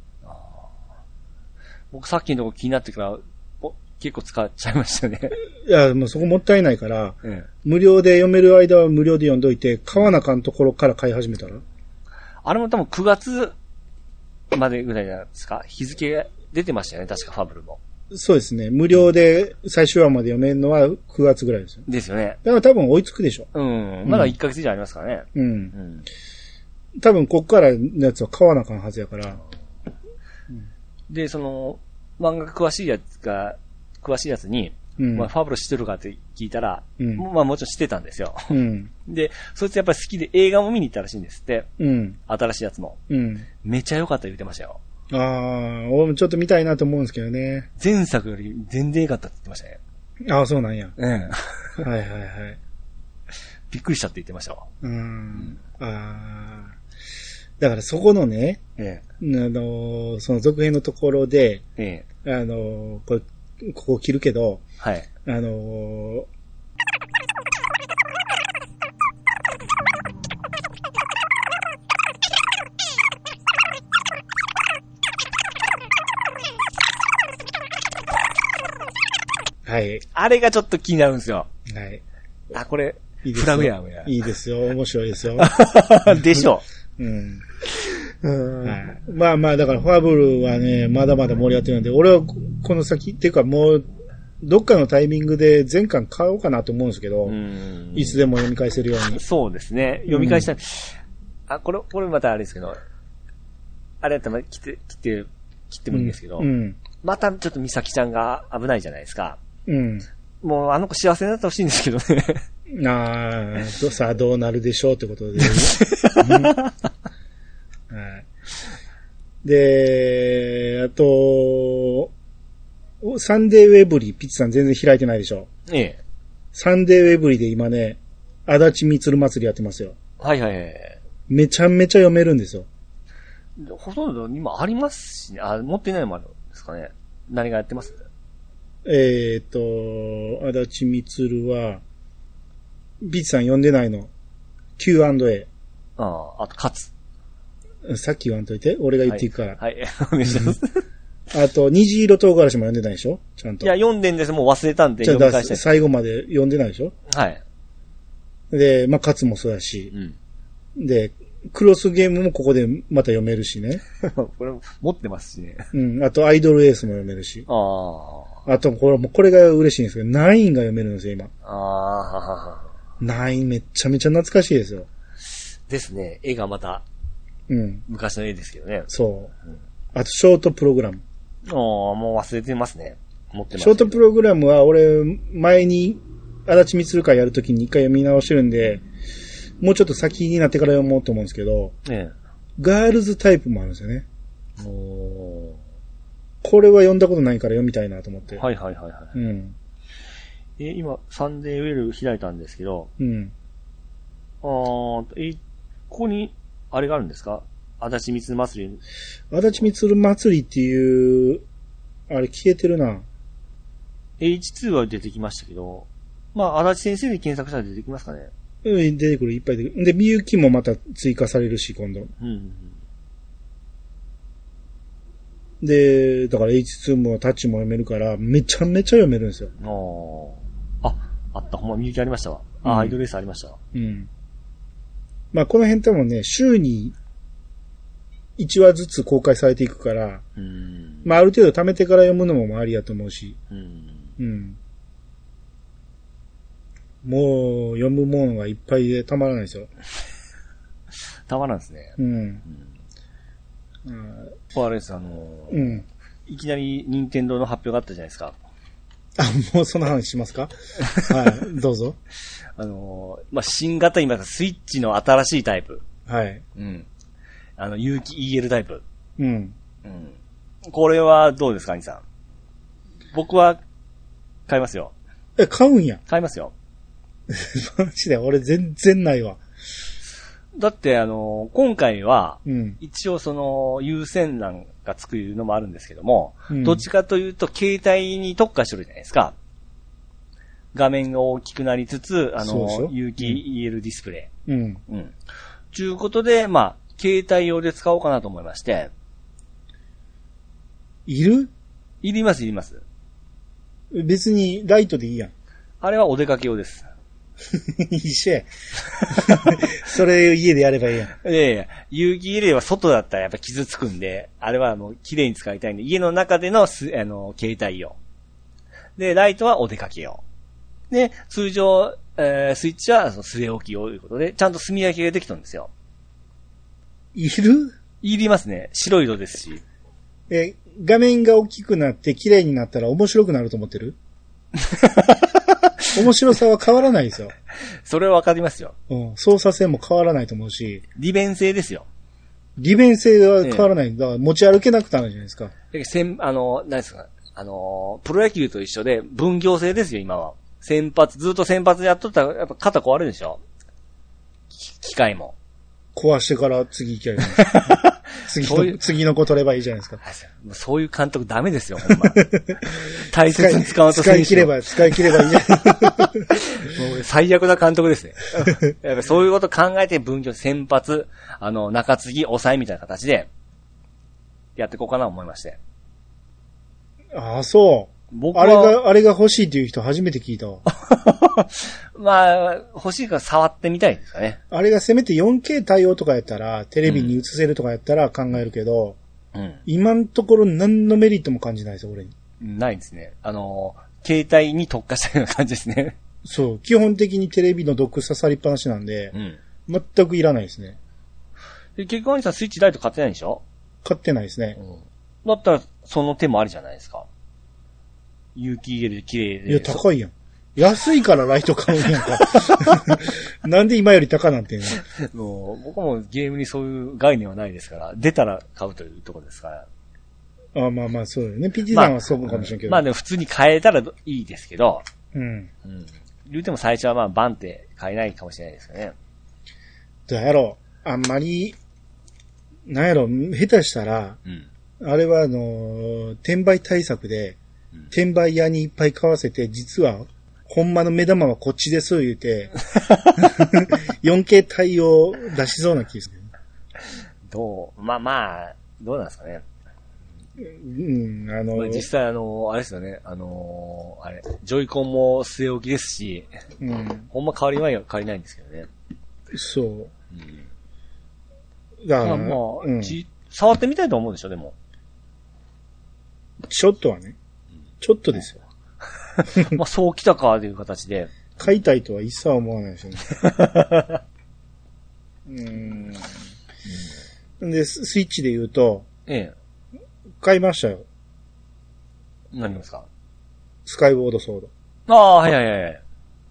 S2: 僕さっきのとこ気になってから、お結構使っちゃいましたね。 *laughs*
S1: いや、もうそこもったいないから、
S2: うん。
S1: 無料で読める間は無料で読んどいて、買わなあかんところから買い始めたら
S2: あれも多分9月までぐらいじゃないですか。日付が出てましたよね。確かファブルも。
S1: そうですね。無料で最終話まで読めるのは9月ぐらいですよ。
S2: ですよね。
S1: だから多分追いつくでしょ。
S2: うん。まだ1ヶ月以上ありますからね。
S1: うん
S2: う。ん。
S1: 多分こっからのやつは買わなあかんはずやから。
S2: で、その、漫画詳しいやつが、詳しいやつに、
S1: うん。
S2: まあ、ファブル知ってるかって聞いたら、
S1: うん
S2: まあもちろん知ってたんですよ。 *laughs*
S1: うん。
S2: で、そいつやっぱり好きで映画も見に行ったらしいんですって。
S1: うん。
S2: 新しいやつも。
S1: うん。
S2: めちゃ良かった言ってましたよ。
S1: ああ、俺もちょっと見たいなと思うんですけどね。
S2: 前作より全然良かったって言ってましたね。
S1: ああ、そうなん
S2: *laughs*
S1: や。
S2: うん。
S1: はいはいはい。
S2: *laughs* びっくりしたって言ってましたわ。
S1: うん。ああ。だからそこのね、
S2: え
S1: あのーその続編のところで、
S2: え。ええ。
S1: あのーこれ、ここ切るけど、
S2: はい。
S1: あのーはい、
S2: あれがちょっと気になるんですよ。
S1: はい。
S2: あ、これ、
S1: いいですよ
S2: フラグやん、みたい
S1: いいですよ、面白いです
S2: *laughs*
S1: よ。
S2: な。 *laughs* でしょ
S1: うん。
S2: う。うん
S1: はいまあまあ、だからファブルはね、まだまだ盛り上がってるんで、俺はここの先、っていうかもう、どっかのタイミングで全巻買おうかなと思うんですけど、
S2: うん
S1: いつでも読み返せるように。
S2: そうですね。読み返した、あ、これ、これまたあれですけど、あれだったらまあ切って、切って、切ってもいいんですけど、
S1: うん。
S2: またちょっと美咲ちゃんが危ないじゃないですか。
S1: うん。
S2: もうあの子幸せになってほしいんですけどね。
S1: ああ、どさあどうなるでしょうってことで。うんはいで、あと、おサンデーウェブリー、ピッチさん全然開いてないでしょ。
S2: *laughs* ええ。
S1: サンデーウェブリーで今ね、足立みつる祭りやってますよ。
S2: はいはいはい。
S1: めちゃめちゃ読めるんですよ。
S2: ほとんど今ありますしね。あ、持ってないのもあるんですかね。何がやってます
S1: えっ、と、足立みつるは、ピッチさん読んでないの。Q&A。
S2: ああ、あと、勝つ。
S1: さっき言わんといて、俺が言っていくから。
S2: はい。 *laughs* お願いします。
S1: あと、虹色唐辛子も読んでないでしょちゃんと。
S2: いや、読んでんです。もう忘れたんで
S1: ちゃん
S2: 読み返し
S1: と
S2: たいです。
S1: 最後まで読んでないでしょ
S2: はい。
S1: で、まあ、勝もそうやし
S2: う。ん。
S1: で、クロスゲームもここでまた読めるしね。
S2: *laughs* これも持ってますしね。
S1: うん。あと、アイドルエースも読めるし。
S2: ああ。
S1: あと、これも、これが嬉しいんですけど、ナインが読めるんですよ、今。
S2: ああははは。
S1: ナインめっちゃめちゃ懐かしいですよ。
S2: ですね。絵がまた
S1: うん。
S2: 昔の絵ですけどね。あ
S1: そう。あと、ショートプログラム。
S2: あ、もう忘れてますね。持ってます。
S1: ショートプ
S2: ロ。
S1: ログラムは、俺、前に、足立みつる会やるときに一回読み直してるんで、もうちょっと先になってから読もうと思うんですけど、
S2: え
S1: ガールズタイプもあるんですよね。
S2: え。も
S1: これは読んだことないから読みたいなと思って。
S2: う、はいはいはいは
S1: うん。
S2: い。え、今、サンデーウェル開いたんですけど、
S1: うん。
S2: あーえ、ここに、あれがあるんですか足立みつ祭り。
S1: 足立みつる祭りっていう、あれ消えてるな。
S2: H2 は出てきましたけど、まあ、足立先生で検索したら出てきますかね。
S1: うん、出てくる、いっぱい出てくる。で、みゆきもまた追加されるし、今度。
S2: うんうん
S1: で、だから H2 もタッチも読めるから、めちゃめちゃ読めるんですよ。
S2: うん。あーあ、あった。ほんま、みゆきありましたわ。
S1: うん
S2: あ、アイドルレースありましたわ。
S1: うん。まあ、この辺多分ね、週に1話ずつ公開されていくから、
S2: うん。
S1: まあ、ある程度貯めてから読むのもありやと思うし、
S2: うん。
S1: うん。もう、読むものがいっぱいでたまらないですよ。
S2: たまらんですね。
S1: うん。
S2: これあれです、あのー
S1: うん。
S2: いきなり任天堂の発表があったじゃないですか。
S1: あ、もうその話します
S2: *laughs*
S1: かはい、どうぞ。
S2: あのーまあ、新型今、スイッチの新しいタイプ。
S1: はい。
S2: うん。あの、有機 EL タイプ。
S1: うん。
S2: うん。これはどうですか、兄さん。僕は、買いますよ。
S1: え、買うんや。
S2: 買いますよ。
S1: マジで、俺全然ないわ。
S2: だって、あの、今回は、
S1: うん。
S2: 一応その、優先欄がつくのもあるんですけども、
S1: うん
S2: どっちかというと、携帯に特化してるじゃないですか。画面が大きくなりつつ、あ
S1: そうでしょ
S2: の、有機 EL ディスプレ
S1: うん。
S2: イ。うん。ちゅうことで、まあ、携帯用で使おうかなと思いまして、
S1: いる
S2: いります、いります。
S1: 別にライトでいいやん。 *laughs*
S2: あれはお出かけ用です。
S1: 一
S2: *laughs*
S1: 緒や。それ家でやればいいやん。
S2: いやいや、遊戯リレーは外だったらやっぱ傷つくんで、あれはもう綺麗に使いたいんで、家の中でのす、あの、携帯用。で、ライトはお出かけ用。で、通常、えー、スイッチはその据え置き用ということで、ちゃんと炭焼きができたんですよ。
S1: いる
S2: いりますね。白い色ですし。
S1: え、画面が大きくなって綺麗になったら面白くなると思って
S2: *laughs*
S1: る面白さは変わらないですよ。
S2: それはわかりますよ。
S1: うん。操作性も変わらないと思うし、
S2: 利便性ですよ。
S1: 利便性は変わらない。だから持ち歩けなくなるじゃないですか。
S2: でせん、あの、何ですか、あの、プロ野球と一緒で分業制ですよ、今は。先発、ずっと先発でやっとったら、やっぱ肩壊れるでしょき機械も。
S1: 壊してから次行きゃいいじゃないですか
S2: *laughs*
S1: 次
S2: そういう
S1: の、次の子取ればいいじゃないですか。
S2: もうそういう監督ダメです
S1: *laughs*
S2: よ、ほんま。大切に *laughs* 使わんと
S1: 使
S2: 選手
S1: い切れば、使い切ればいい
S2: *laughs*
S1: じゃない
S2: もう最悪な監督ですね。やっぱそういうこと考えて分業、先発、あの、中継ぎ、抑えみたいな形で、やっていこうかな思いまして。
S1: ああ、そ
S2: 僕
S1: う。あれ
S2: は、
S1: が、あれが欲しいっていう人初めて聞いたわ。
S2: まあ、欲しいから触ってみたいですかね。
S1: あれがせめて 4K 対応とかやったら、テレビに映せるとかやったら考えるけど、
S2: うん。
S1: 今のところ何のメリットも感じないですよ、俺に。
S2: ないですね。あの、携帯に特化したような感じですね。
S1: そう。基本的にテレビの毒刺さりっぱなしなんで
S2: う、ん。
S1: 全くいらないですね。
S2: で、結局兄さんスイッチライト買ってないんでしょ
S1: 買ってないですね。
S2: だったら、その手もありじゃないですか。有機 EL で綺麗で。
S1: いや、高いやん。安いからライト買うんやん
S2: *laughs*
S1: か。なんで今より高なんていうの
S2: もう、僕もゲームにそういう概念はないですから、出たら買うというところですから。
S1: あまあまあ、そうだよね。PG さんはそうかもしれんけど。
S2: まあでも普通に買えたらいいですけど、
S1: うん。
S2: うん。言うても最初はまあバンって買えないかもしれないですよね。
S1: どうやろう。あんまり、なんやろ、下手したら、
S2: うん。
S1: あれはあのー転売対策で
S2: うん、
S1: 転売屋にいっぱい買わせて、実は、ほんまの目玉はこっちです、言う
S2: *laughs*
S1: て、4K 対応出しそうな気がする。
S2: どう、まあまあ、どうなんですかね。
S1: うん、あの
S2: まあ、実際あの、あれですよね、あのーあれ、ジョイコンも据え置きですし、
S1: うん、
S2: ほんま変わりないは変わりないんですけどね。
S1: そ
S2: うん。
S1: う。だか
S2: ま
S1: ら、
S2: あまあ、
S1: うんち
S2: じ触ってみたいと思うでしょ、でも。
S1: ょっとはね、ちょっとですよ。
S2: まあそう来たかという形で。
S1: 買いたいとは一切思わないですよね。うん。で、ススイッチで言うと、
S2: ええ。
S1: 買いましたよ。
S2: 何ですか
S1: スカイウォードソード。
S2: ああ、はいはいはいはい。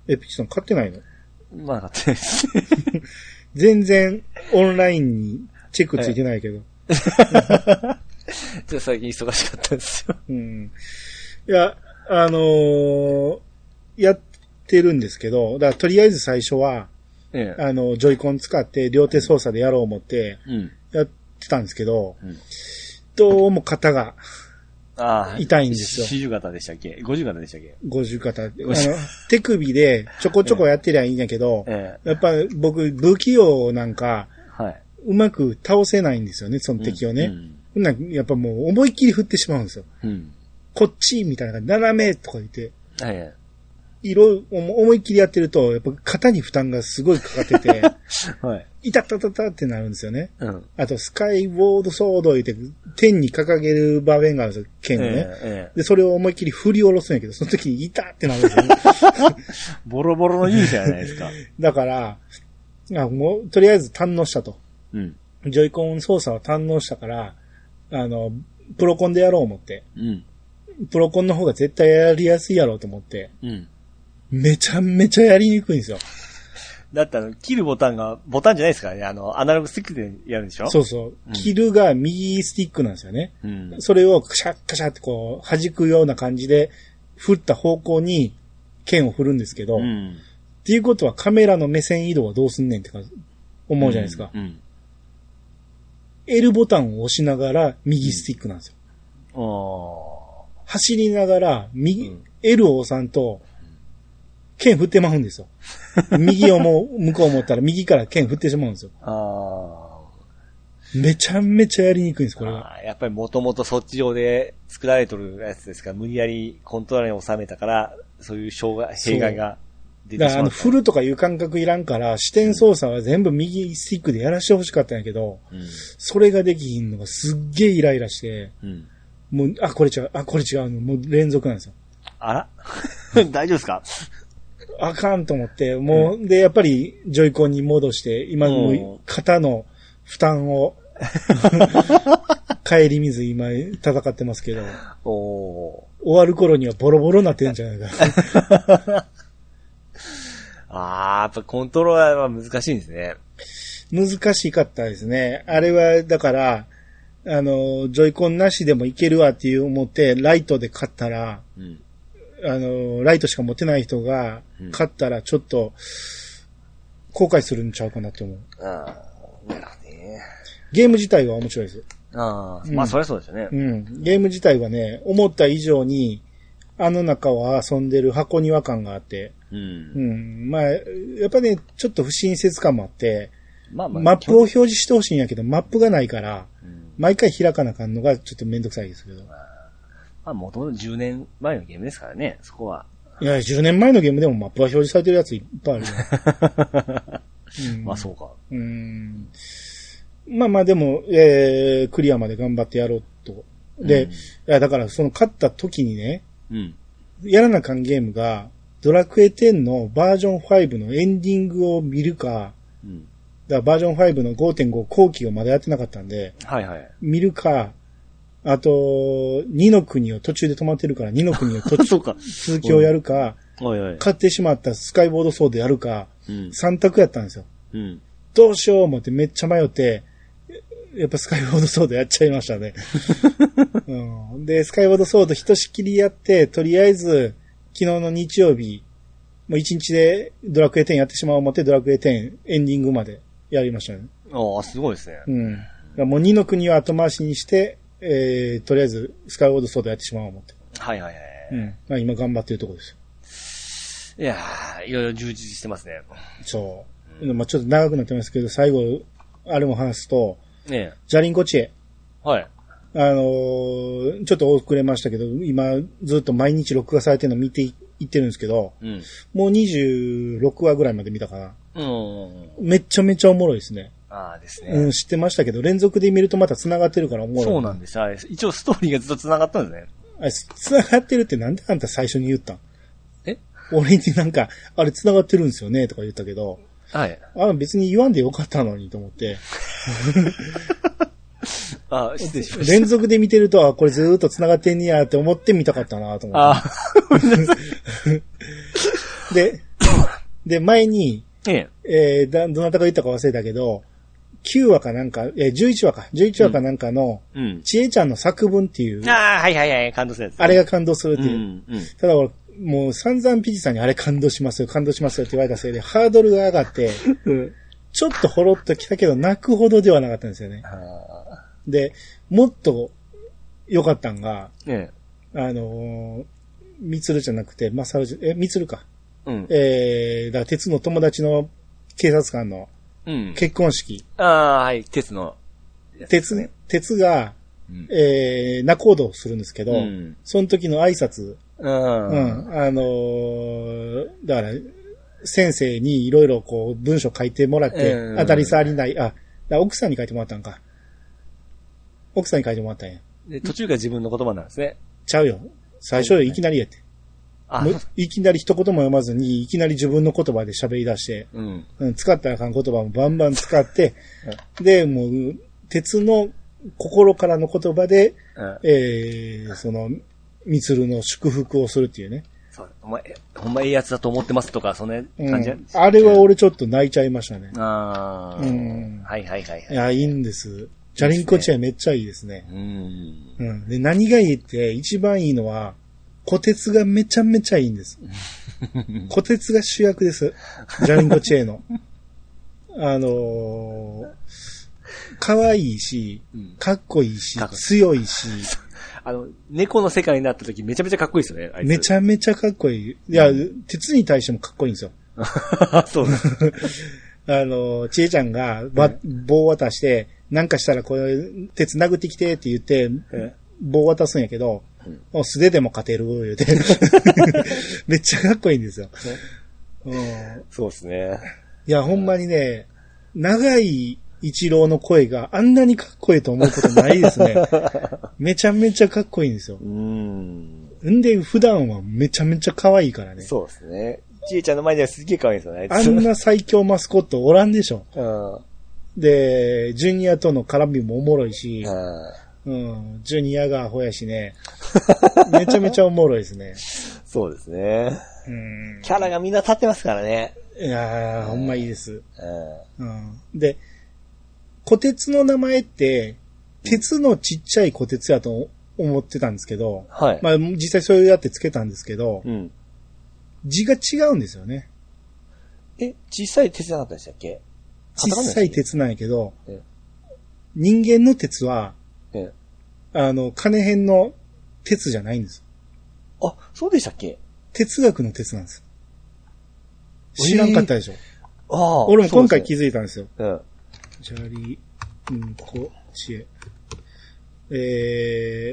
S1: え、ピッチさん買ってないの
S2: まあ、買ってないです。
S1: 全然オンラインにチェックついてないけど。
S2: ちょっと最近忙しかったんですよ。
S1: うん。いや、あのーやってるんですけど、だからとりあえず最初は、
S2: ええ。
S1: あの、ジョイコン使って両手操作でやろう思って
S2: うん。
S1: やってたんですけど、
S2: うん
S1: どうも肩が
S2: ああ。
S1: 痛いんですよ
S2: 四十型でしたっけ五十型でしたっけ
S1: 50肩。あの
S2: 50、
S1: 手首でちょこちょこやってりゃいいんやけど、
S2: え
S1: やっぱ僕、不器用なんか、
S2: え。はい。
S1: うまく倒せないんですよね、その敵をね。
S2: うん。
S1: ほんなんやっぱもう思いっきり振ってしまうんですよ。
S2: うん。
S1: こっちみたいな感じ、斜めとか言って、
S2: はいはい。
S1: 色、思いっきりやってると、やっぱ肩に負担がすごいかかって
S2: *laughs*
S1: て、
S2: はい。
S1: いたたたたってなるんですよね。
S2: うん。
S1: あと、スカイウォードソード言って、天に掲げる場面があるんですよ、
S2: え
S1: 剣をね。
S2: ええ
S1: で、それを思いっきり振り下ろすんやけど、その時にいたってなるんですよね。
S2: え。ボロボロのいいじゃない
S1: *laughs*
S2: ですか。
S1: だから、あもう、とりあえず堪能したと。
S2: うん。
S1: ジョイコン操作を堪能したから、あの、プロコンでやろう思って。
S2: うん。
S1: プロコンの方が絶対やりやすいやろうと思って、
S2: うん。
S1: めちゃめちゃやりにくいんですよ。
S2: だってあの、切るボタンが、ボタンじゃないですからね。あの、アナログスティックでやるんでしょ。
S1: そううそう
S2: うん。
S1: キルが右スティックなんですよね。
S2: うん。
S1: それをカシャッカシャッってこう、弾くような感じで、振った方向に剣を振るんですけど、
S2: う
S1: っ
S2: ん。
S1: ていうことはカメラの目線移動はどうすんねんってか思うじゃないですか。
S2: うん。
S1: L ボタンを押しながら右スティックなんですよ。
S2: うんお
S1: 走りながら右、
S2: うん
S1: L を押さんと、剣振ってまうんです
S2: *laughs*
S1: よ。右をもう、向こう思ったら右から剣振ってしまうんですよ。
S2: ーあ
S1: めちゃめちゃやりにくいんです、こ
S2: ー
S1: れは。
S2: あー。やっぱりもともとそっち上で作られとるやつですから、無理やりコントローラーに収めたから、そういう障害、
S1: そう
S2: 弊害が出て
S1: だか
S2: し
S1: ら、あ
S2: ま
S1: の、
S2: っ
S1: 振るとかいう感覚いらんから、視点操作は全部右スティックでやらしてほしかったんやけど、
S2: た。うん。
S1: それができひんのがすっげえイライラして、
S2: うん。
S1: もう、あ、これ違う、あ、これ違うの、もう連続なんですよ。
S2: あら *laughs* 大丈夫ですか
S1: あかんと思って、もう、で、やっぱり、ジョイコンに戻して、今
S2: うん
S1: の肩の負担を、 *laughs* 帰り見ず今、戦ってますけど、
S2: おー。
S1: 終わる頃にはボロボロなってんじゃない
S2: *laughs*
S1: かな。
S2: ああ、やっぱコントローラーは難しいんですね。
S1: 難しかったですね。あれは、だから、あの、ジョイコンなしでもいけるわっていう思って、ライトで買ったら、
S2: うん。
S1: あの、ライトしか持てない人が
S2: うん、
S1: 勝ったらちょっと、後悔するんちゃうかなって思う。
S2: ああ、なるほどね。
S1: ゲーム自体は面白いです。
S2: ああ、
S1: うん
S2: まあそりゃそうですよね
S1: う。ん。ゲーム自体はね、思った以上に、あの中を遊んでる箱庭感があって、
S2: うん。
S1: うん。まあ、やっぱね、ちょっと不親切感もあって、
S2: まあまあ。
S1: マップを表示してほしいんやけど、マップがないから、
S2: うん
S1: 毎回開かなあかんのがちょっとめんどくさいですけど。
S2: まあもともと10年前のゲームですからね、そこは。
S1: いや、10年前のゲームでもマップが表示されてるやついっぱいあるよ。うん
S2: まあそうか。
S1: うーんまあまあでも、えー、クリアまで頑張ってやろうと。で、
S2: うん
S1: いやだからその勝った時にね、
S2: うん。
S1: やらなあかんゲームが、ドラクエ10のバージョン5のエンディングを見るか、
S2: うん。
S1: だからバージョン5の5.5後期をまだやってなかったんで、
S2: はいはい。
S1: 見るか、あと、2の国を途中で止まってるから、2の国を途中、
S2: そうか。
S1: 続きをやるか、
S2: おいおい。
S1: 買ってしまったスカイボードソードやるか、
S2: うん。
S1: 3択やったんですよ。
S2: うん。
S1: どうしよう思ってめっちゃ迷って、やっぱスカイボードソードやっちゃいましたね。うん、で、スカイボードソードひとしきりやって、とりあえず、昨日の日曜日、もう一日でドラクエ10やってしまおう思って、ドラクエ10エンディングまでやりましたね。
S2: ああ、すごいですね。
S1: うん。だからもう2の国は後回しにして、えー、とりあえずスカイボードソードやってしまおう思って。
S2: はいはいは
S1: う
S2: い。
S1: ん。まあ今頑張ってるところです。
S2: いやーいろいろ充実してますね。
S1: そう。まあちょっと長くなってますけど、最後、あれも話すと、
S2: ねえ。
S1: ジャリンコチエ。
S2: はい。
S1: あのーちょっと遅れましたけど、今ずっと毎日録画されてるの見ていいってるんですけど、
S2: うん。
S1: もう26話ぐらいまで見たかな。
S2: うん。
S1: めちゃめちゃおもろいですね。
S2: ああです
S1: う
S2: ね
S1: ん、。知ってましたけど、連続で見るとまた繋がってるからおもろい。
S2: そうなんです。あれ一応ストーリーがずっと繋がったんですね。
S1: あれ繋がってるってなんであんた最初に言ったん
S2: え
S1: 俺になんか、あれ繋がってるんですよねとか言ったけど、
S2: はい。
S1: あ別に言わんでよかったのにと思って、
S2: ああ、失礼しました。
S1: 連続で見てると、あ、これずーっと繋がってんねやって思って見たかったなと思って。
S2: あ
S1: で、で、前に、
S2: あ、ええ。
S1: えーだ、どなたか言ったか忘れたけど、9話かなんか、えー、11話か、11話かなんかの、
S2: うん。
S1: ちえちゃんの作文っていう、
S2: ああ、はいはいはい、感動したやつ。
S1: あれが感動するって
S2: う
S1: いう。
S2: ん、うん。
S1: ただ俺、もう散々ピジさんにあれ感動しますよ、感動しますよって言われたせいで、ハードルが上がって、ちょっとほろっと来たけど、泣くほどではなかったんですよね。
S2: あ
S1: で、もっと良かったんが、
S2: ーね
S1: あのー、みつるじゃなくて、まさるじゃ、え、みつるか。
S2: え。うん。
S1: えー、だから鉄の友達の警察官の
S2: うん。
S1: 結婚式。
S2: ああ、はい、鉄の。
S1: 鉄、鉄が、
S2: うん。
S1: えー、仲人をするんですけど、
S2: うん
S1: その時の挨拶、う
S2: う。
S1: んん、あのーだから、先生にいろいろこう文章書いてもらって、
S2: うん
S1: 当たり障りない、あ、だから奥さんに書いてもらったんか。奥さんに書いてもらったんや。
S2: で、途中が自分の言葉なんですね。
S1: ちゃうよ。最初よいきなりやって。
S2: あ
S1: むいきなり一言も読まずに、いきなり自分の言葉で喋り出して、
S2: うん。
S1: うん、使ったらあかん言葉もバンバン使
S2: *laughs*
S1: って、で、もう、鉄の心からの言葉で、
S2: うん
S1: えー、その、みつるの祝福をするっていうね。
S2: そう、お前、ほんまええやつだと思ってますとか、そんな
S1: う
S2: 感じ、
S1: ん。あれは俺ちょっと泣いちゃいましたね。
S2: ああ、
S1: うん
S2: はいはいはいはい
S1: い。や、いいんです。チャリンコチェめっちゃいいですね。
S2: うん。
S1: うん。で、何がいいって、一番いいのは、小鉄がめちゃめちゃいいん
S2: *laughs*
S1: です。小鉄が主役です。ジャリンコチェー
S2: *laughs*
S1: の。あのー、可愛いし
S2: うん、
S1: かっこいいし
S2: かっ、こいい
S1: 強いし、
S2: *laughs* あの、猫の世界になった時めちゃめちゃかっこいいですよね、あいつ。
S1: めちゃめちゃかっこいい。いや、鉄に対してもかっこいいんですよ。
S2: ゃ。 *laughs* そうです。
S1: あの、ちえちゃんが、ば棒渡して、なんかしたらこれ、鉄殴ってきてって言って、
S2: え
S1: 棒渡すんやけど、もう素手でも勝てる、言う
S2: *laughs*
S1: て。めっちゃかっこいいんですよ。うん、い
S2: そうですね。
S1: や、ほんまにね、長い一郎の声があんなにかっこいいと思うことないです
S2: *laughs*
S1: ね。めちゃめちゃかっこいいんですよ。
S2: うん。
S1: んで、普段はめちゃめちゃ可愛いからね。
S2: そうですね。ちえちゃんの前ではすげえ可愛いですよね、あ
S1: あ
S2: いつ。
S1: んな最強マスコットおらんでしょ。
S2: うん。うん
S1: で、ジュニアとの絡みもおもろいし、うん、ジュニアがアホやし
S2: *laughs*
S1: ね。めちゃめちゃおもろいですね。
S2: そうですね。
S1: うん。
S2: キャラがみんな立ってますからね。
S1: いやー、ほんまいいです。
S2: う
S1: うん。で、小鉄の名前って、鉄のちっちゃい小鉄やと思ってたんですけど、
S2: ん。はい。
S1: まあ実際そうやってつけたんですけど
S2: う、ん。
S1: 字が違うんですよね。
S2: え、小さい鉄じゃなかったでしたっけ
S1: 小さい。鉄なんやけど
S2: ええ、
S1: 人間の鉄は、
S2: ええ
S1: あの、金編の鉄じゃないんです。
S2: あ、そうでしたっけ
S1: 哲学の鉄なんです。知らんかったでしょ。
S2: ああ。
S1: 俺も今回
S2: そう
S1: 気づいたんですよ。
S2: ですねうん。
S1: ジャリンコ知恵。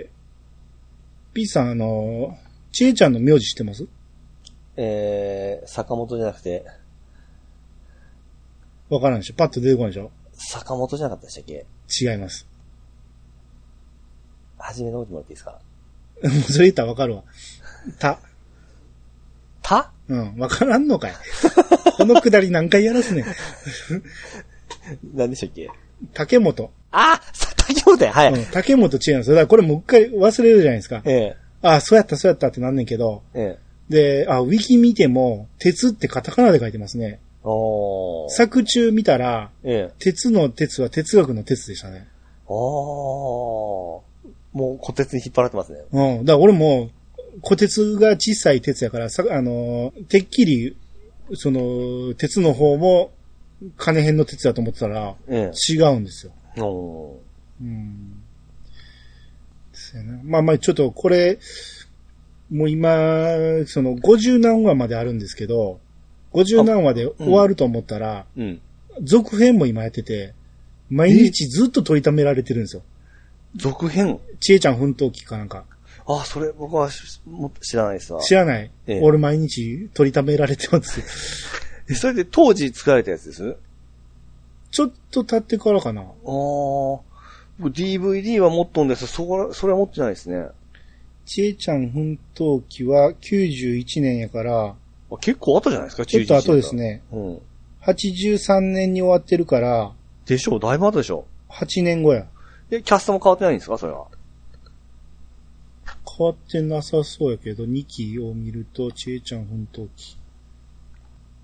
S1: えー、P さん、あの、知恵ちゃんの名字知ってます
S2: えー、坂本じゃなくて、
S1: わからんでしょパッと出てこないで
S2: 坂本じゃなかったでしたっけ
S1: しょ違います。 *laughs*
S2: 初めのってもらっていいですか
S1: もうそれ言ったらわかるわ。た。
S2: た
S1: うん、わからんの
S2: *laughs*
S1: かい。このくだり何回やらすねん。
S2: 何でしたっけ
S1: 竹本。
S2: あさ、竹本やは
S1: う
S2: い。
S1: ん、竹本知恵なんですよ。だからこれもう一回忘れるじゃないですか。
S2: ええ、
S1: あ、そうやった、そうやったってなんねんけど。
S2: ええ。
S1: で、あ、ウィキ見ても、鉄ってカタカナで書いてますね。
S2: おー。
S1: 作中見たら、
S2: ええ。
S1: 鉄の鉄は哲学の鉄でしたね。
S2: おー。もう、小鉄に引っ張られてますね。
S1: うん。だから俺も、小鉄が小さい鉄やから、さ、あのー、てっきり、その、鉄の方も、金編の鉄だと思ってたら、
S2: え
S1: 違うんですよ。
S2: え。おー。
S1: うん。ですよね。まあまあ、ちょっとこれ、もう今、その、50何話まであるんですけど、50何話で終わると思ったら、
S2: うん。
S1: 続編も今やってて、毎日ずっと取りためられてるんですよ。
S2: 続編
S1: ちえちゃん奮闘記かなんか。
S2: あ、それ、僕はしも知らないですわ。
S1: 知らない、
S2: ええ
S1: 俺毎日取りためられて
S2: *laughs*
S1: ます。
S2: えそれで当時作られたやつです
S1: ちょっと経ってからかな。
S2: おー。僕 DVD は持っとんですそこら、それは持ってないですね。
S1: ちえちゃん奮闘記は91年やから、
S2: あ結構後じゃないですか、
S1: ちょっと後です
S2: ね。
S1: ね。
S2: うん。
S1: 83年に終わってるから、
S2: でしょう、だいぶ後でしょ
S1: 8年後や。
S2: う。え、キャストも変わってないんですか、それは。
S1: 変わってなさそうやけど、2期を見ると、ちえちゃん奮闘記。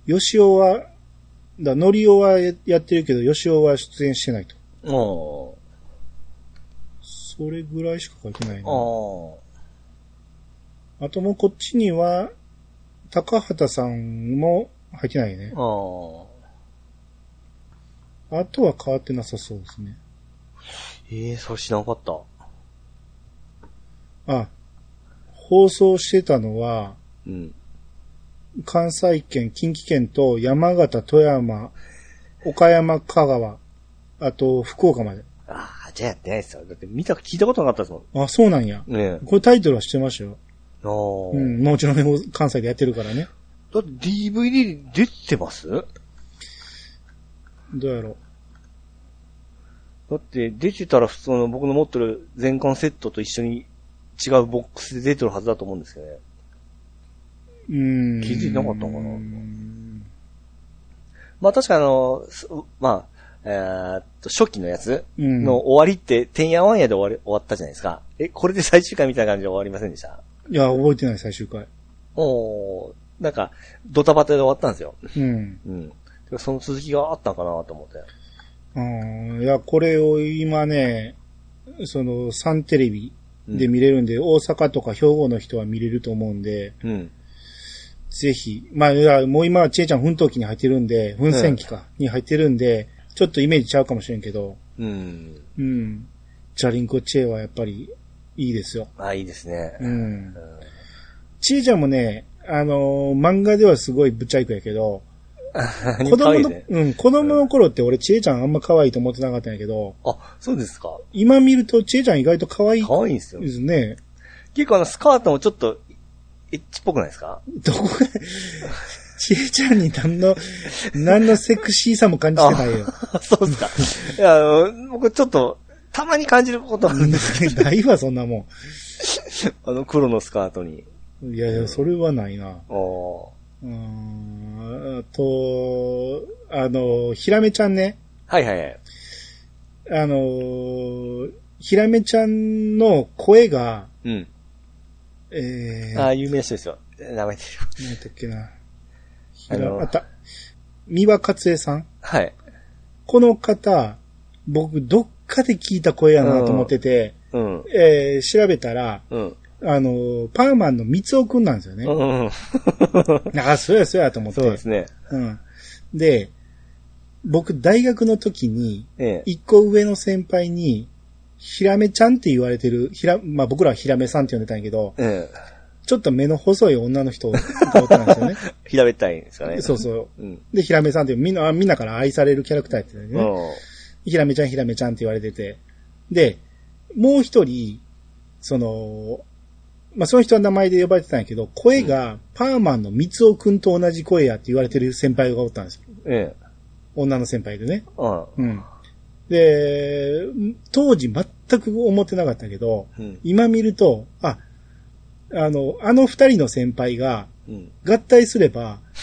S1: よしおは、だ、のりおはややってるけど、よしおは出演してないと。
S2: うん。あ
S1: それぐらいしか書いてないな。
S2: あ。
S1: あともうこっちには、高畑さんも入ってないね。
S2: ああ。
S1: あとは変わってなさそうですね。
S2: ええそれ知らなかった。
S1: あ、放送してたのは、
S2: うん。
S1: 関西圏、近畿圏と山形、富山、岡山、香川、あと福岡まで。
S2: ああ、じゃあやってないですよ。だって見た、聞いたことなかったですも
S1: あ、そうなんや。
S2: ん。ねえ。
S1: これタイトルは知ってましたよ。
S2: ああ。
S1: う
S2: う、
S1: んん、もちろん関西でやってるからね。
S2: だって DVD 出てますだ
S1: どうやろう。
S2: って出てたら普通の僕の持ってる全巻セットと一緒に違うボックスで出てるはずだと思うんですけどね。
S1: うーん。
S2: 気づいてなかったのかな
S1: うん
S2: まあ確かあの、すまあ、えーっと、初期のやつ
S1: うん
S2: の終わりって、てんやわんやで終わり終わったじゃないですか。え、これで最終回みたいな感じで終わりませんでした
S1: いや、覚えてない、最終回。
S2: おーなんか、ドタバタで終わったんですよ。
S1: うん。
S2: うん。てかその続きがあったんかなと思って。
S1: うん。いや、これを今ね、その、サンテレビ
S2: うん
S1: で見れるんで、大阪とか兵庫の人は見れると思うんで、
S2: うん。
S1: ぜひ、まあ、いやもう今はちえちゃん奮闘期に入ってるんで、奮戦期か、に入ってるんで、ちょっとイメージちゃうかもしれんけど、
S2: うん。
S1: うん。ジャリンコチェはやっぱりいいですよ。
S2: あ、いいですね。
S1: うん
S2: う。ん
S1: ちえちゃんもね、あのー漫画ではすごいぶっちゃいくやけど、子
S2: 子
S1: 供の、
S2: ね。
S1: うん、子供の頃って俺ちえちゃんあんま可愛いと思ってなかったんやけど、
S2: あ、そうですか。
S1: 今見るとちえちゃん意外と可愛い
S2: 可愛いんですよ
S1: で。すね。
S2: 結構あの、スカートもちょっと、エッチっぽくないですか *laughs*
S1: どこが、ちえちゃんに何の、何のセクシーさも感じてないよ。
S2: そうですか。いや、あの、僕ちょっと、たまに感じることあるんですけ
S1: ないわ、そんなも
S2: ど、あの黒のスカートに。
S1: ん。いやいや、それはないな。
S2: お
S1: う
S2: ー
S1: ーん、あと、あの、ひらめちゃんね。
S2: はいはいはい。
S1: あの、ひらめちゃんの声が、
S2: うん。
S1: えー、
S2: あ
S1: な
S2: あ、
S1: ん
S2: 有名な人ですよ。名前出てる。
S1: だっけな。ひ
S2: あ
S1: ら、
S2: の
S1: あった。三輪勝恵さん。
S2: はい。
S1: この方、僕、どっかで聞いた声やなと思ってて、
S2: うん。
S1: えー、調べたら、
S2: うん。
S1: あの、パーマンの三尾くんなんですよね。
S2: うん。
S1: ああ、そうやそうやと思って。
S2: そうですね。
S1: うん。で、僕、大学の時に、
S2: ええ。
S1: 一個上の先輩に、ひらめちゃんって言われてる、ひら、まあ僕らはひらめさんって呼んでたんやけど、
S2: え
S1: ちょっと目の細い女の人がおったんですよ
S2: *laughs*
S1: ね。
S2: え。平べったいんですかね。。
S1: そうそう
S2: うん。
S1: う。で、ひらめさんってみんな、あみんなから愛されるキャラクターやってたん
S2: う
S1: でね。
S2: ん。
S1: ひらめちゃんひらめちゃんって言われてて。で、もう一人、その、まあその人は名前で呼ばれてたんやけど、声がパーマンの三尾くんと同じ声やって言われてる先輩がおったんですよ。
S2: ええ。
S1: 女の先輩でね。
S2: うん。
S1: うん。で、当時全く思ってなかったけど、
S2: うん。
S1: 今見ると、あ、あの、あの二人の先輩が
S2: うん。
S1: 合体すれば、 *laughs*